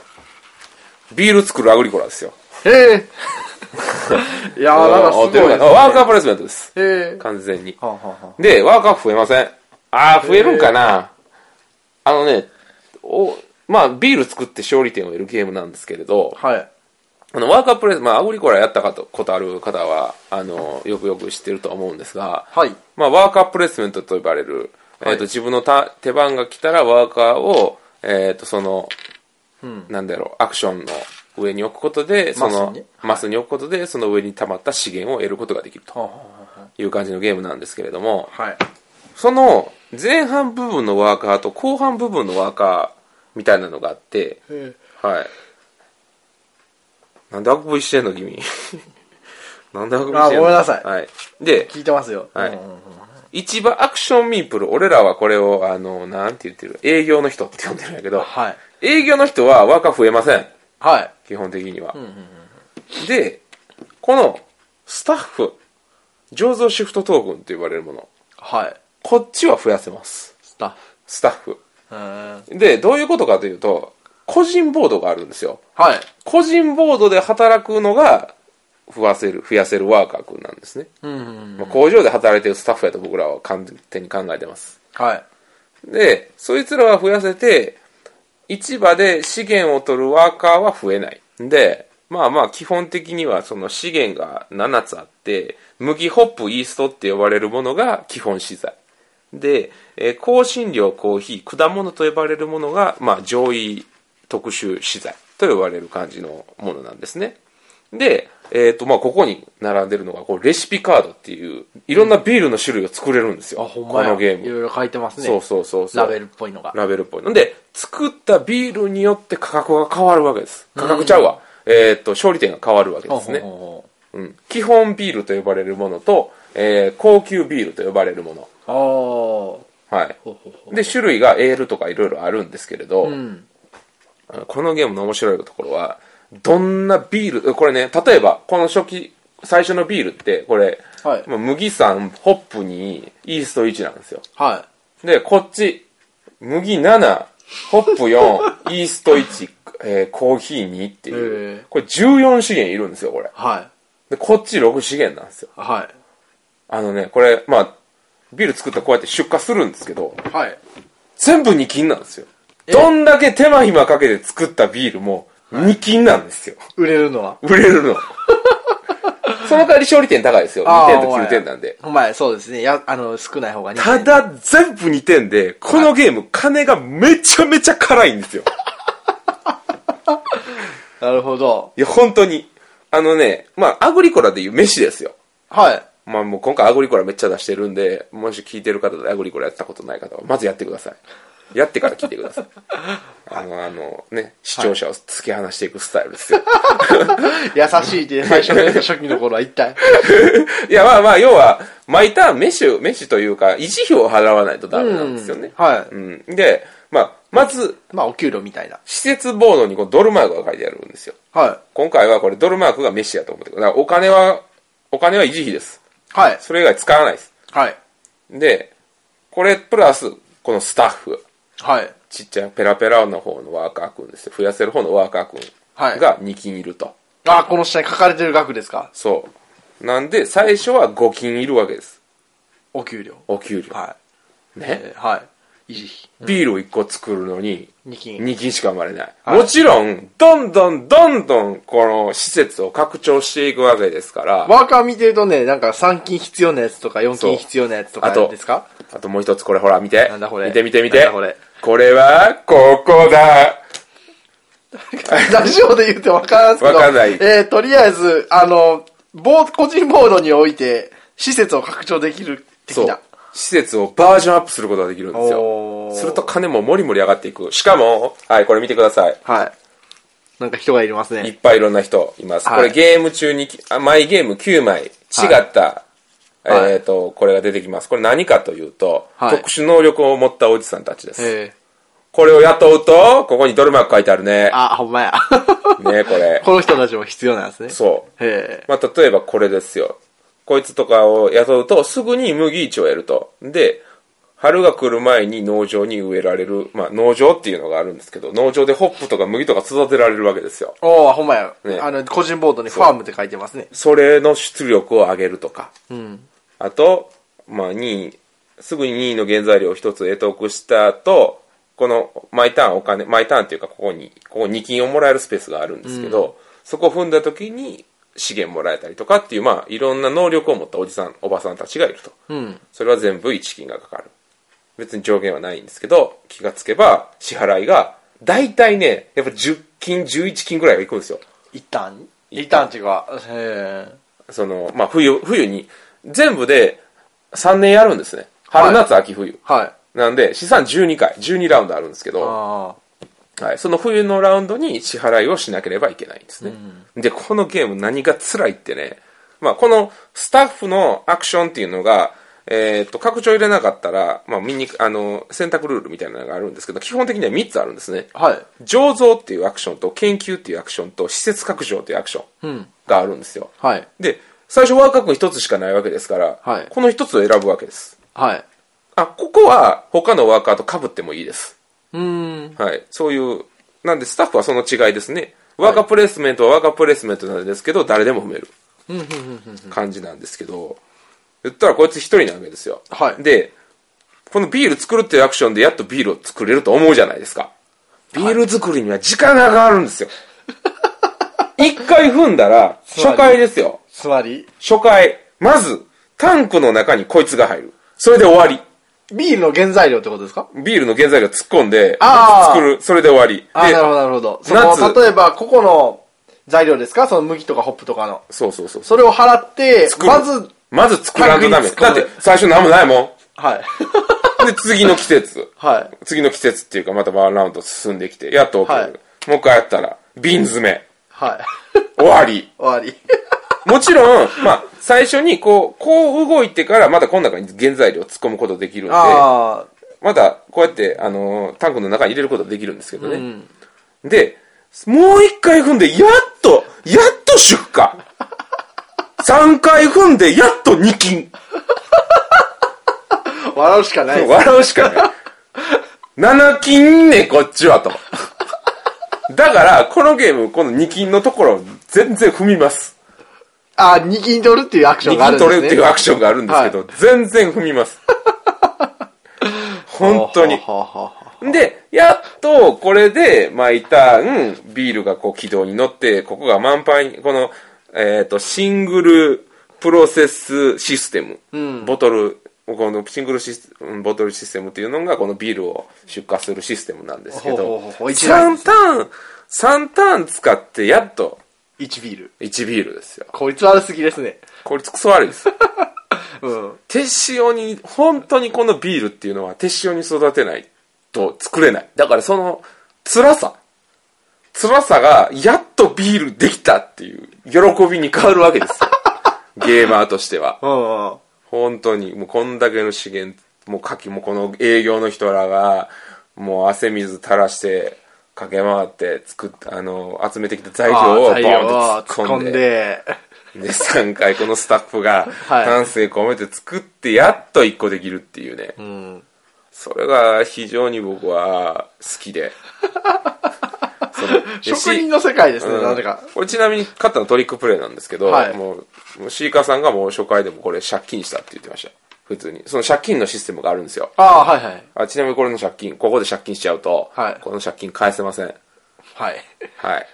A: ビール作るアグリコラですよ。
B: へ (laughs) え。いやー、なんかすごい
A: という
B: で
A: か
B: すね。
A: ワーカープレイスメントです。
B: へえ。
A: 完全に。
B: はんはんはん
A: で、ワーカー増えません。あー、増えるんかな、あのね、お、まあ、ビール作って勝利点を得るゲームなんですけれど、
B: はい。
A: あの、ワーカープレイ、まあ、アグリコラやったかとことある方は、あの、よくよく知ってると思うんですが、
B: はい。
A: まあ、ワーカープレイスメントと呼ばれる、えっ、と、自分のた手番が来たらワーカーを、えっ、と、その、なんだろう、アクションの上に置くことで、そ
B: マス
A: の
B: にね、
A: マスに置くことで、その上に溜まった資源を得ることができるという感じのゲームなんですけれども、
B: はい。
A: その前半部分のワーカーと後半部分のワーカーみたいなのがあって、
B: え
A: はい。なんであくびしてんの君。 (laughs) なんであくびしてんの
B: あごめんなさい
A: はい。で、
B: 聞いてますよ。
A: はい
B: うんうんうん
A: 市場アクションミープル、俺らはこれを、あの、なんて言ってる、営業の人って呼んでるんやけど、
B: はい。
A: 営業の人はワーカー増えません。
B: はい。
A: 基本的には。で、この、スタッフ、醸造シフトトークンと呼ばれるもの、
B: はい。
A: こっちは増やせます。
B: スタッフ。
A: スタッフ。
B: うーん。
A: で、どういうことかというと、個人ボードがあるんですよ。
B: はい。
A: 個人ボードで働くのが、増やせる、増やせるワーカー君なんですね。
B: うんうんうん。
A: まあ、工場で働いてるスタッフやと僕らは完全に考えてます。
B: はい。
A: で、そいつらは増やせて、市場で資源を取るワーカーは増えない。で、まあまあ基本的にはその資源が7つあって、麦ホップイーストって呼ばれるものが基本資材。で、えー香辛料、コーヒー、果物と呼ばれるものが、まあ、上位特殊資材と呼ばれる感じのものなんですね。で、えっ、と、まあ、ここに並んでるのが、こう、レシピカードっていう、いろんなビールの種類を作れるんですよ。
B: あ、ほん
A: こ
B: まや。
A: のゲーム
B: い。ろいろ書いてますね。
A: そうそうそうそう。
B: ラベルっぽいのが。
A: ラベルっぽい。ので、作ったビールによって価格が変わるわけです。価格ちゃうわ。えーっと、勝利点が変わるわけですね。
B: ほ
A: うん。基本ビールと呼ばれるものと、えー高級ビールと呼ばれるもの。
B: うほ
A: はい。
B: うほう。ああ。ほうほうほう。
A: で、種類がエールとかいろいろあるんですけれど、
B: うん。
A: あのこのゲームの面白いところは、どんなビール、これね、例えば、この初期、最初のビールって、これ、
B: はい
A: まあ麦酸、ホップにイースト1なんですよ。
B: は
A: で、こっち、麦7、ホップ4、イースト1、えーコーヒー2ってい
B: へー
A: う、これ14資源いるんですよ、これ
B: い。。はい。
A: で、こっち6資源なんですよ。
B: は
A: あのね、これ、まあ、ビール作ったらこうやって出荷するんですけど、
B: い。はい。
A: 全部2金なんですよ。どんだけ手間暇かけて作ったビールも2金なんですよ。
B: 売れるのは。
A: 売れるの。その代わり勝利点高いですよ。2点と9点なんで。
B: お前。お前、そうですね。や、あの、少ない方が2
A: ただ、全部2点で、このゲーム、金がめちゃめちゃ辛いんですよ。
B: なるほど。
A: いや、本当に。あのね、まあ、アグリコラでいう飯ですよ。
B: はい。
A: まあ、もう今回アグリコラめっちゃ出してるんで、もし聞いてる方でアグリコラやったことない方は、まずやってください。やってから聞いてください。あの、あのね、視聴者を突き放していくスタイルですよ。 (laughs)
B: 優しいって (laughs) 最初の初期の頃は一体。
A: い、や、まあまあ、要は、毎ターン飯を、飯というか、維持費を払わないとダメなんですよね。
B: うんは
A: う
B: い
A: ん。で、まあ、まず、
B: まあ、お給料みたいな。
A: 施設ボードにこうドルマークが書いてあるんですよ。
B: は
A: 今回はこれドルマークが飯やと思ってくださいだからお金は、お金は維持費です。
B: い。はい。
A: それ以外使わないです。
B: はい。
A: で、これプラス、このスタッフ、
B: はい。
A: ちっちゃいペラペラの方のワーカーくんですよ。増やせる方のワーカーく
B: はい
A: んが2金いると。
B: あ、この下に書かれてる額ですか
A: そう。なんで、最初は5金いるわけです。
B: お給料。
A: お給料。
B: はい。
A: ね
B: えーはい。維持費。
A: ビールを1個作るのに、
B: 二金
A: 2金しか生まれない。
B: はい
A: もちろん、どんどんどんどん、この施設を拡張していくわけですから、
B: ワーカー見てるとね、なんか3金必要なやつとか4
A: そう
B: 金必要なやつとか
A: あと
B: ですか
A: あともう一つこれほら見て。
B: なんだこれ
A: 見て見て見
B: なん
A: て
B: だこれ。
A: これは、ここだ。
B: (laughs) ラジオで言ってわからんすけど。
A: わかんない
B: えー、とりあえず、あの、ボー個人ボードにおいて、施設を拡張できる的
A: そう
B: な。。
A: 施設をバージョンアップすることができるんです
B: お
A: よ
B: ー。
A: すると金ももりもり上がっていく。しかも、はい、これ見てください。
B: はい。なんか人がいます
A: いっ
B: ね。
A: ぱいいろんな人います。
B: はい
A: これゲーム中に、あ毎ゲーム9枚違った、
B: はい
A: えっ、と、これが出てきます。これ何かというと、
B: はい
A: 特殊能力を持ったおじさんたちです。
B: え
A: これを雇うと、ここにドルマーク書いてあるね
B: ー、。あ、ほん
A: (laughs)
B: まや。
A: ね、こ
B: (laughs)
A: れ。
B: この人たちも必要なんですね。
A: そう。
B: へえ。
A: まあ、例えばこれですよ。こいつとかを雇うと、すぐに麦市を得ると。で、春が来る前に農場に植えられる、まあ、農場っていうのがあるんですけど、農場でホップとか麦とか育てられるわけですよ。
B: おー、ほんまや。
A: ね
B: あの、個人ボードにファームって書いてますね。
A: それの出力を上げるとか。
B: うん。
A: あと、まあ、2位、すぐに2位の原材料を1つ得得した後、この、毎ターンお金、毎ターンっていうか、ここに、ここ2金をもらえるスペースがあるんですけど、そこを踏んだ時に資源もらえたりとかっていう、まあ、いろんな能力を持ったおじさん、おばさんたちがいると。
B: うん。
A: それは全部1金がかかる。別に上限はないんですけど、気がつけば、支払いが、だいたいね、やっぱ10金、11金ぐらいはいくんですよ。
B: 一旦一旦っていうか、へ
A: その、まあ、冬、冬に、全部で3年やるんですね。春、夏、秋、冬。
B: ーはい。
A: なんで、資産12回、12ラウンドあるんですけど、
B: あ
A: はい、その冬のラウンドに支払いをしなければいけないんですね。で、このゲーム何が辛いってね、まあ、このスタッフのアクションっていうのが、えーっと、拡張入れなかったら、まあ、見に、あの、選択ルールみたいなのがあるんですけど、基本的には3つあるんですね。
B: あ。はい。
A: 醸造っていうアクションと、研究っていうアクションと、施設拡張っていうアクションがあるんですよ。
B: はい。
A: で、最初ワーカー君1つしかないわけですから、
B: はい
A: この1つを選ぶわけです。
B: はい。
A: あ、ここは他のワーカーと被ってもいいです。
B: うーん。
A: はい。そういう、なんでスタッフはその違いですね。ワーカープレイスメントはワーカープレイスメントなんですけど、誰でも踏める感じなんですけど、言ったらこいつ一人なわけですよ。
B: はい
A: で、このビール作るっていうアクションでやっとビールを作れると思うじゃないですか。ビール作りには時間がかかるんですよ。一回踏んだら、初回ですよ。
B: つまり
A: 初回。まず、タンクの中にこいつが入る。それで終わり。
B: ビールの原材料ってことですか
A: ビールの原材料突っ込んで、
B: あー
A: 作る、それで終わり。
B: あー、
A: で
B: なるほど、なるほど。そ
A: 夏
B: の、例えば、ここの材料ですかその麦とかホップとかの。
A: そうそうそう。
B: それを払って、
A: 作る
B: まず、
A: まず作らんとダメ。
B: パ
A: だ
B: ッ
A: っ
B: クに突っ込む
A: て、最初なんもないも
B: はい。 (laughs)
A: ん。で、次の季節。
B: はい。
A: 次の季節っていうか、またワンラウンド進んできて、やっと OK、
B: はい
A: もう一回やったら、瓶詰め。
B: はい。
A: 終わり。
B: 終わり。
A: もちろん、まあ、最初にこう、こう動いてから、またこの中に原材料を突っ込むことできるんで、
B: あ
A: またこうやって、あのータンクの中に入れることができるんですけどね。で、もう一回踏んで、やっと、やっと出荷。
B: (laughs)
A: 三回踏んで、やっと二斤。
B: あ、笑うしかないです。
A: 笑うしかない。七金ね、こっちはと。だから、このゲーム、この二金のところ、全然踏みます。
B: あー、二金取るっていうアクションがあるん
A: 金
B: です
A: 取れ
B: ね。
A: るっていうアクションがあるんですけど、全然踏みます。本当に。
B: ほうほうほうほ
A: で、やっと、これで、まあ、いたん、ビールがこう軌道に乗って、ここが満杯に、この、えっ、と、シングルプロセスシステム、ボトル、このシングルシスうんボトルシステムっていうのが、このビールを出荷するシステムなんですけ
B: ほう
A: ど
B: ほう、ほう一台
A: 3ターン、三ターン使って、やっと
B: う1ビール。
A: 1ビールですよ。
B: こいつ悪すぎですね。
A: 効率クソ悪いです。
B: うん。
A: 手塩に、本当にこのビールっていうのは手塩に育てないと作れない。だからその辛さ。辛さが、やっとビールできたっていう喜びに変わるわけです (laughs) よ。ゲーマーとしては。
B: うんうん。
A: 本当に、もうこんだけの資源、もう牡蠣もこの営業の人らが、もう汗水垂らして、駆け回って作った、あの、集めてきた材料をボー
B: あー
A: ン
B: 太陽を
A: と突っ込んで。
B: で。
A: で、3回このスタッフが、
B: はい
A: 丹精込めて作って、やっと1個できるっていうね。
B: うん。
A: それが非常に僕は好きで。その
B: 職人
A: で
B: の世界ですね、
A: うん
B: なぜか。
A: これちなみに勝ったのトリックプレイなんですけど、
B: はい
A: もう、もうシーカーさんがもう初回でもこれ借金したって言ってました。普通に。その借金のシステムがあるんですよ。
B: ああ、はいはい。
A: あちなみにこれの借金、ここで借金しちゃうと、
B: はい
A: この借金返せません。
B: はい。
A: はい。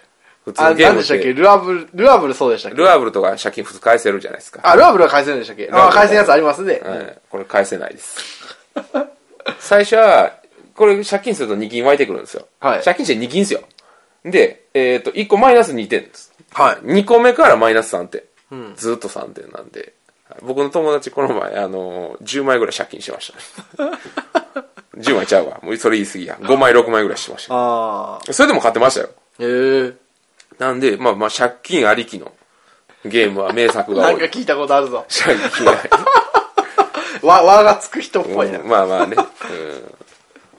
A: 普通
B: あ、
A: のゲー
B: 何
A: ム
B: で
A: っ
B: したっけ
A: て、
B: ルアブル、ルアブルそうでしたっけ
A: ルアブルとか借金普通返せるじゃないですか。
B: あ、ルアブルは返せるんでしたっけ
A: アブ
B: あ、
A: ル
B: 返せるやつありますね。
A: はい、これ返せないです。最初は、これ借金すると2金湧いてくるんですよ。
B: はい
A: 借金して2金ですよ。で、えっ、と、1個マイナス2点です。
B: はい。
A: 2個目からマイナス3点。ずっと3点なんで。はい僕の友達この前、あのー10枚ぐらい借金してました
B: (laughs)
A: ね。10枚ちゃうわ。もうそれ言い過ぎや。5枚、6枚ぐらいしてまし
B: ああ。
A: た。それでも買ってましたよ。
B: ええ。
A: なんで、まあまあ借金ありきのゲームは名作が
B: な
A: 多
B: んか
A: い。
B: 聞いたことあるぞ。
A: 借金ありき
B: わ、わがつく人っぽいな。
A: まあまあね。うん、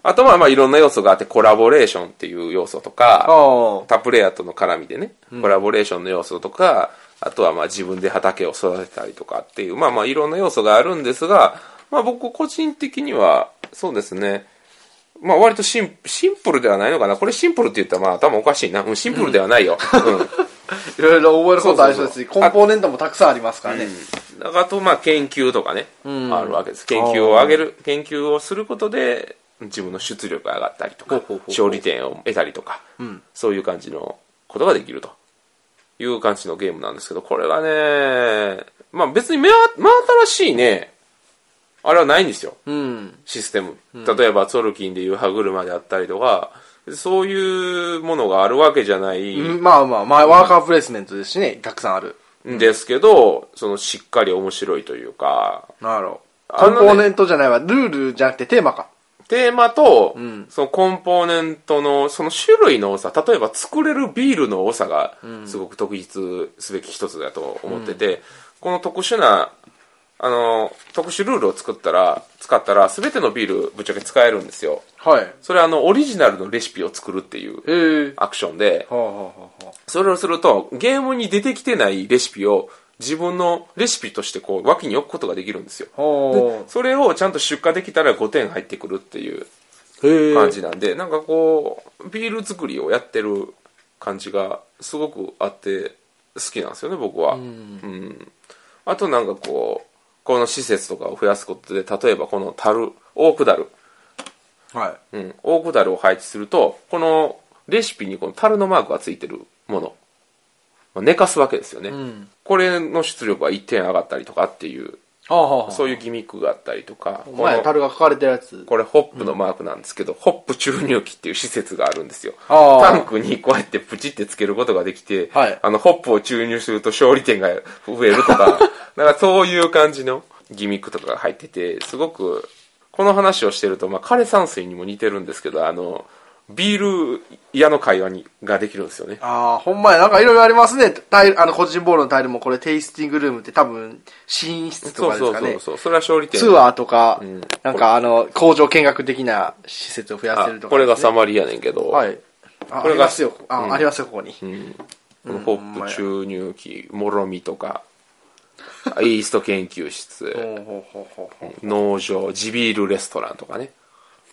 A: あとまあまあいろんな要素があって、コラボレーションっていう要素とか、
B: あ
A: 他プレイヤーとの絡みでね、コラボレーションの要素とか、あとはまあ自分で畑を育てたりとかっていう、まあまあいろんな要素があるんですが、まあ僕個人的には、そうですね、まあ割とシンシンプルではないのかな。これシンプルって言ったらまあ頭おかしいな。うん、シンプルではない
B: (laughs)
A: よ。うん。
B: いろいろ覚えることありそうですし、
A: そうそうそう
B: コンポーネントもたくさんありますからね。
A: あと、まあ、研究とかね、あるわけです。研究を上げる、研究をすることで、自分の出力が上がったりと
B: ほ
A: か
B: うほうほうほ、う
A: 勝利点を得たりとか、そういう感じのことができるという感じのゲームなんですけど、これがね、まあ別に目は、真新しいね、あれはないんですよ、
B: うん。
A: システム。例えば、ツォルキンでいう歯車であったりとか、そういうものがあるわけじゃない、
B: うんまあまあ、まあ、ワーカープレイスメントですしね、たくさんある。
A: ですけど、そのしっかり面白いというか、
B: なるほど。
A: あ
B: コ
A: の
B: ン
A: ね
B: ポーネントじゃないわ、ルールじゃなくてテーマか。
A: テーマと、
B: ん
A: そのコンポーネントのその種類の多さ例えば作れるビールの多さがすごく特筆すべき一つだと思ってて、この特殊なあの特殊ルールを作ったら使ったら全てのビールぶっちゃけ使えるんですよ
B: はい。
A: それはあのオリジナルのレシピを作るっていう
B: ええー。
A: アクションで
B: はあ、はあはあは
A: それをするとゲームに出てきてないレシピを自分のレシピとしてこう脇に置くことができるんですよ
B: あ、は
A: それをちゃんと出荷できたら5点入ってくるっていう
B: あ。へえ。
A: 感じなんで、なんかこう、ビール作りをやってる感じがすごくあって、好きなんですよね、僕は。うんあとなんかこう、この施設とかを増やすことで、例えばこの樽、オークダル、
B: は
A: うん、オークダルを配置すると、このレシピにこの樽のマークがついてるもの、まあ寝かすわけですよね。
B: い。うん。
A: これの出力が1点上がったりとかっていう
B: ああ、
A: そういうギミックがあったりとか、
B: お前、
A: この
B: 樽が書かれてるやつ。
A: これホップのマークなんですけど、ホップ注入器っていう施設があるんですよ。
B: あー
A: タンクにこうやってプチってつけることができて、
B: はい
A: あの、ホップを注入すると勝利点が増えると
B: (laughs)
A: か、なんかそういう感じのギミックとかが入ってて、すごく、この話をしてると、まあ、枯山水にも似てるんですけど、あの、ビール屋の会話にができるんですよね。
B: ああ、ほんまや、なんかいろいろありますね。タイル、あの、個人ボールのタイルもこれテイスティングルームって多分、寝室と
A: そ
B: か
A: う
B: です
A: そう
B: か
A: そ
B: ね
A: う。そう。それは勝利点。
B: ツアーとか、
A: ん
B: なんかあの、工場見学的な施設を増やせる
A: あ
B: とか、
A: これがサ
B: マ
A: マリやねんけど、
B: はい。あ
A: これが
B: これがありますよ。あ、ありますよ、ここに。
A: このホップ注入器、もろみとか、イースト研究室、
B: ほうほうほうほうほう
A: 農場地ビールレストランとかね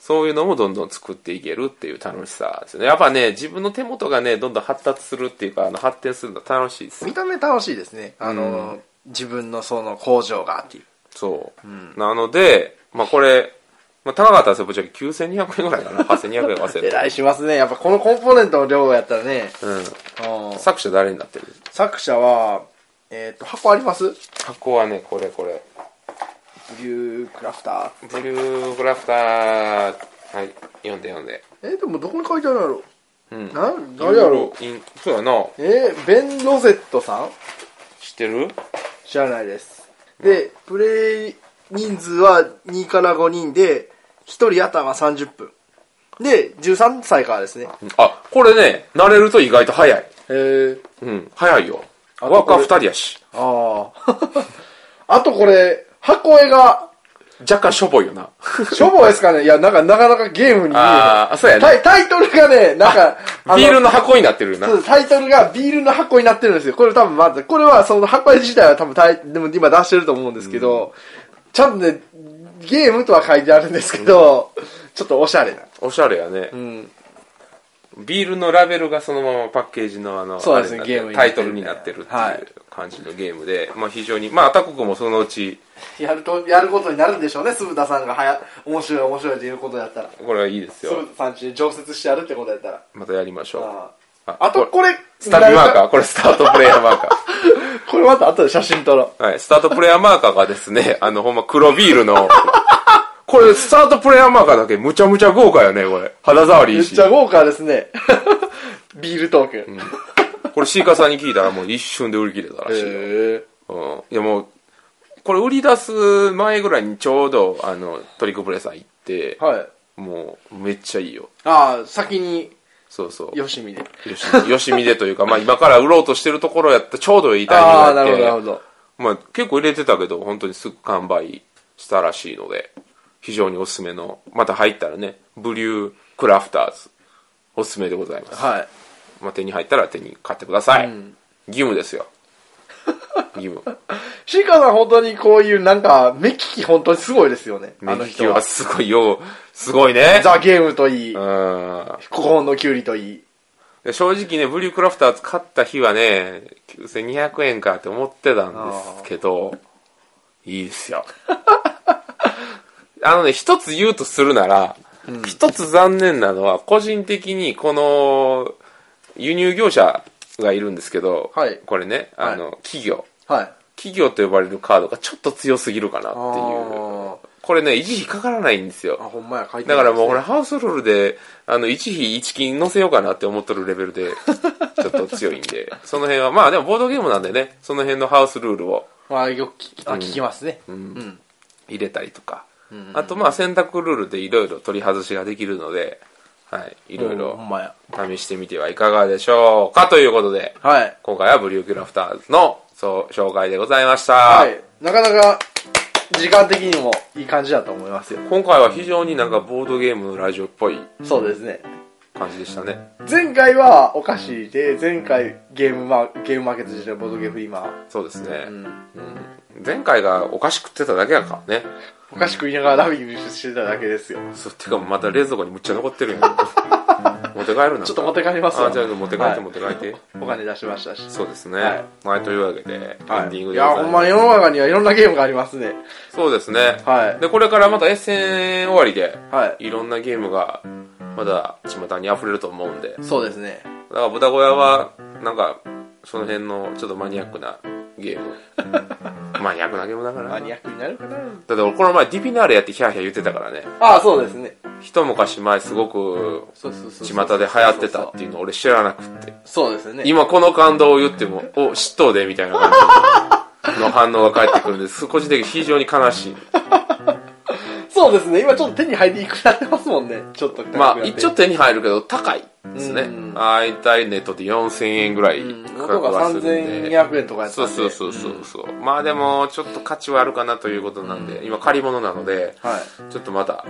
A: そういうのもどんどん作っていけるっていう楽しさですよねやっぱね自分の手元がねどんどん発達するっていうかあの発展するの楽しいです
B: 見た目楽しいですね。あの、自分のその工場がっていう。
A: そう、なのでまあこれ、まあ、高かったんですよぶっちゃけ9200円ぐらいかな8200円か忘
B: え
A: れ
B: ら
A: た
B: いしますね。やっぱこのコンポーネントの量やったらね。
A: (laughs) うん
B: うん
A: 作者誰になってる
B: 作者は、えっ、と、箱あります
A: 箱はねこれこれ
B: ビュークラフター。
A: ブルーグラフターはい読んで読んで
B: えーでもどこに書いてあるんやろ
A: うん
B: なん、誰やろ
A: インそうやな
B: うえーベン・ロゼットさん
A: 知ってる
B: 知らないです。で、プレイ人数は2から5人で、1人頭30分。で、13歳からですね。
A: あこれね慣れると意外と早い
B: へえ。
A: うん、早いよ。
B: あ
A: ワーカー
B: こ
A: 二
B: れ
A: 人やし。
B: ああ。 (laughs) あとこれ、箱絵が、
A: 若干しょぼいよ
B: (laughs)
A: な。
B: しょぼいですかねいや、なんかなかなかゲームに見えな
A: あーあ、そうや
B: い。
A: ね。
B: タイタイトルがね、なんか、あの
A: ビールの箱になってるよな
B: そ。うタイトルがビールの箱になってるんですよ。これ多分まず、これはその箱自体は多分タイ、でも今出してると思うんですけど、ちゃんとね、ゲームとは書いてあるんですけど、ちょっとおしゃれな。
A: おしゃれやね
B: う。ん。
A: ビールのラベルがそのままパッケージのあの、
B: そうですね
A: あれになってる
B: ゲームにな
A: タ
B: ってる
A: イトルになってるって
B: はいいう
A: 感じのゲームで、まあ非常に、まあアタコクもそのうち、
B: やると、やることになるんでしょうね、鈴田さんがはや、面白い面白いっていうことやったら。
A: これはいいです
B: 鈴
A: よ。
B: 田さんちに常設してやるってことやったら。
A: またやりましょう。
B: あ
A: あ
B: あとこれ、
A: スタビマーカー、これスタートプレイヤーマーカー。
B: これまた後で写真撮ろう。 (laughs)
A: はい、スタートプレイヤーマーカーがですね、あの、ほんま黒ビール
B: (laughs)
A: の、これスタートプレイヤーマーカーだけむちゃむちゃ豪華よね、これ。肌触りい
B: め
A: い
B: っ
A: し
B: ち。ゃ豪華です (laughs) ね。ビールトーク。へ、
A: これシーカーさんに聞いたらもう一瞬で売り切れたらしいよ。
B: え
A: うん、いやもうこれ売り出す前ぐらいにちょうどあのトリコプレさん行って、
B: はい。
A: もうめっちゃいいよ
B: ああ、先に、
A: そうそう
B: よしみで。
A: よしよしみでというか、まあ、今から売ろうとしてるところやったらちょうどいいタイミン
B: ああ、
A: グ
B: なるほど、な
A: やっ
B: る
A: て
B: ほど。
A: まあ、結構入れてたけど本当にすぐ完売したらしいので非常におすすめのまた入ったらねブリュークラフターズおすすめでございます、
B: はい。
A: まあ、手に入ったら手に買ってください、
B: ん
A: 義務ですよ義
B: (laughs)
A: 務
B: シーカーさん本当にこういうなんか、目利き本当にすごいですよね。あ
A: 目
B: の
A: 利き
B: 人
A: は
B: は。
A: すごいよすごいね
B: ザ・ゲームといい、古
A: うん
B: 本のキュウリといい。
A: で正直ね、ブリュークラフターズ買った日はね、9200円かって思ってたんですけど、いいですよ。 (laughs) あのね、一つ言うとするなら、一つ残念なのは、個人的にこの、輸入業者がいるんですけど、
B: はい
A: これね、あの、企業。
B: はい。
A: 企業と呼ばれるカードがちょっと強すぎるかなっていう
B: あー。
A: これね、維持費かからないんですよ。
B: あ、ほんまや、書いて
A: だからもう俺
B: ら、
A: ハウスルールで、あの、一比一金乗せようかなって思っとるレベルで、ちょっと強いんで、 (laughs) その辺は、まあでもボードゲームなんでね、その辺のハウスルールを
B: まあ、よく聞きあ聞きますね。うん。
A: 入れたりとか、あとまあ選択ルールでいろいろ取り外しができるので、はい、いろい
B: ほ
A: ろ
B: んまや。
A: 試してみてはいかがでしょうかということで、
B: はい。
A: 今回はブリューキュラフターズのそう紹介でございました。
B: はい。なかなか、時間的にもいい感じだと思いますよ。
A: 今回は非常になんかボードゲームのラジオっぽい
B: そうですね。
A: 感じでしたね。
B: 前回はお菓子で、前回ゲームマ、ゲームマーケット自体ボードゲームフリマ。
A: そうですね。
B: うん。
A: 前回がおかしくってただけやからね。
B: お菓子食いながらラビングしてただけですよ。
A: そう、てかまた冷蔵庫にむっちゃ残ってるやん。持って帰るな。
B: ちょっと持って帰りますわ
A: あ、じゃあ持って帰っ
B: は
A: て
B: い
A: 持って帰って。
B: お金出しましたし。
A: そうですね。
B: はい
A: はい、というわけで、エンディング
B: い
A: でござ
B: や、
A: います。
B: ほんまに世の中にはいろんなゲームがありますね。
A: そうですね。
B: はい
A: で、これからまた SN 終わりで、
B: はい。
A: いろんなゲームが、まだ巷に溢れると思うんで。だか
B: そうですね。
A: ら、豚小屋は、なんか、その辺のちょっとマニアックなゲーム。マニアックなゲームだからな。
B: マニアックになるかな
A: だって俺この前ディフィナーレやってヒャーヒャー言ってたからね。
B: ああ、そうですね。
A: 一昔前すごく
B: そうそうそう。
A: 巷で流行ってたっていうの俺知らなくって。
B: そうですね。
A: (laughs) 今この感動を言っても、お、嫉妬でみたいな感じのの反応が返ってくるんです。個人的に非常に悲しい。
B: そうですね。今ちょっと手に入りにくくなってますもんね。ちょっと。
A: まあ、一応手に入るけど高いですね
B: う。ん
A: あいたいネットで4000円ぐらい
B: うん。
A: 価
B: 元
A: 格
B: が
A: はするんで。
B: 3200円とかやった
A: そ
B: ん
A: う
B: で。
A: そうそうそうそう、まあでもちょっと価値はあるかなということなんで、今借り物なので
B: は
A: ちょっとまた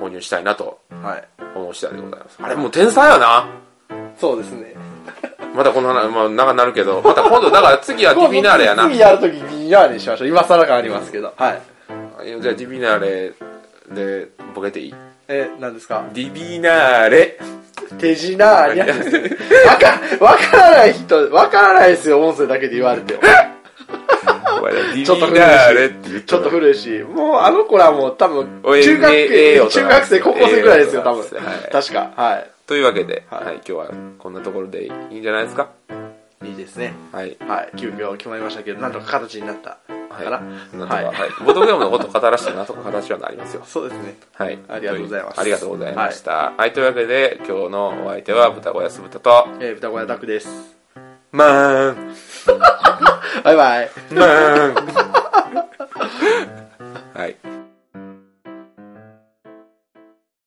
A: 購入したいなと
B: い。はい。
A: 思う次第でございますあれもう天才やな
B: そうですね。
A: またこの話、まあ、長なるけどまた今度だから次はディビナーレ
B: (laughs)
A: やな
B: 次やるときディビナーレにしましょう。今更感ありますけど。はい。
A: じゃあディビナーレでボケていい
B: え、何ですか
A: ディビ
B: (laughs)
A: ナーレ
B: 手品ありゃ。わか、わからない人、わからないですよ。音声だけで言われても。
A: お前ディビ
B: ちょっと古い
A: ナーレって言っ
B: ちょっと古いし、もうあの子らもう多分、
A: おい
B: 中学
A: ええええ
B: 生、
A: 大人
B: 中学生、高校生ぐらいですよ、多分
A: ええ大人です。
B: 確か。は
A: というわけで、は
B: はいい
A: 今日はこんなところでいいんじゃないですか
B: い。いいですね。
A: はい
B: はい。急遽決まりましたけど、なんとか形になった
A: はい
B: かな。
A: なんとか、はい
B: はい。
A: ボードゲームのこと語らせてなんとか形はなりますよ
B: そうですね。
A: はい。
B: ありがとうございます
A: ありがとうございました。はい、というわけで、今日のお相手は豚小屋酢豚と、
B: えー、豚小屋拓です。
A: まーん、
B: バイバイ。 (laughs)
A: まーん。はい。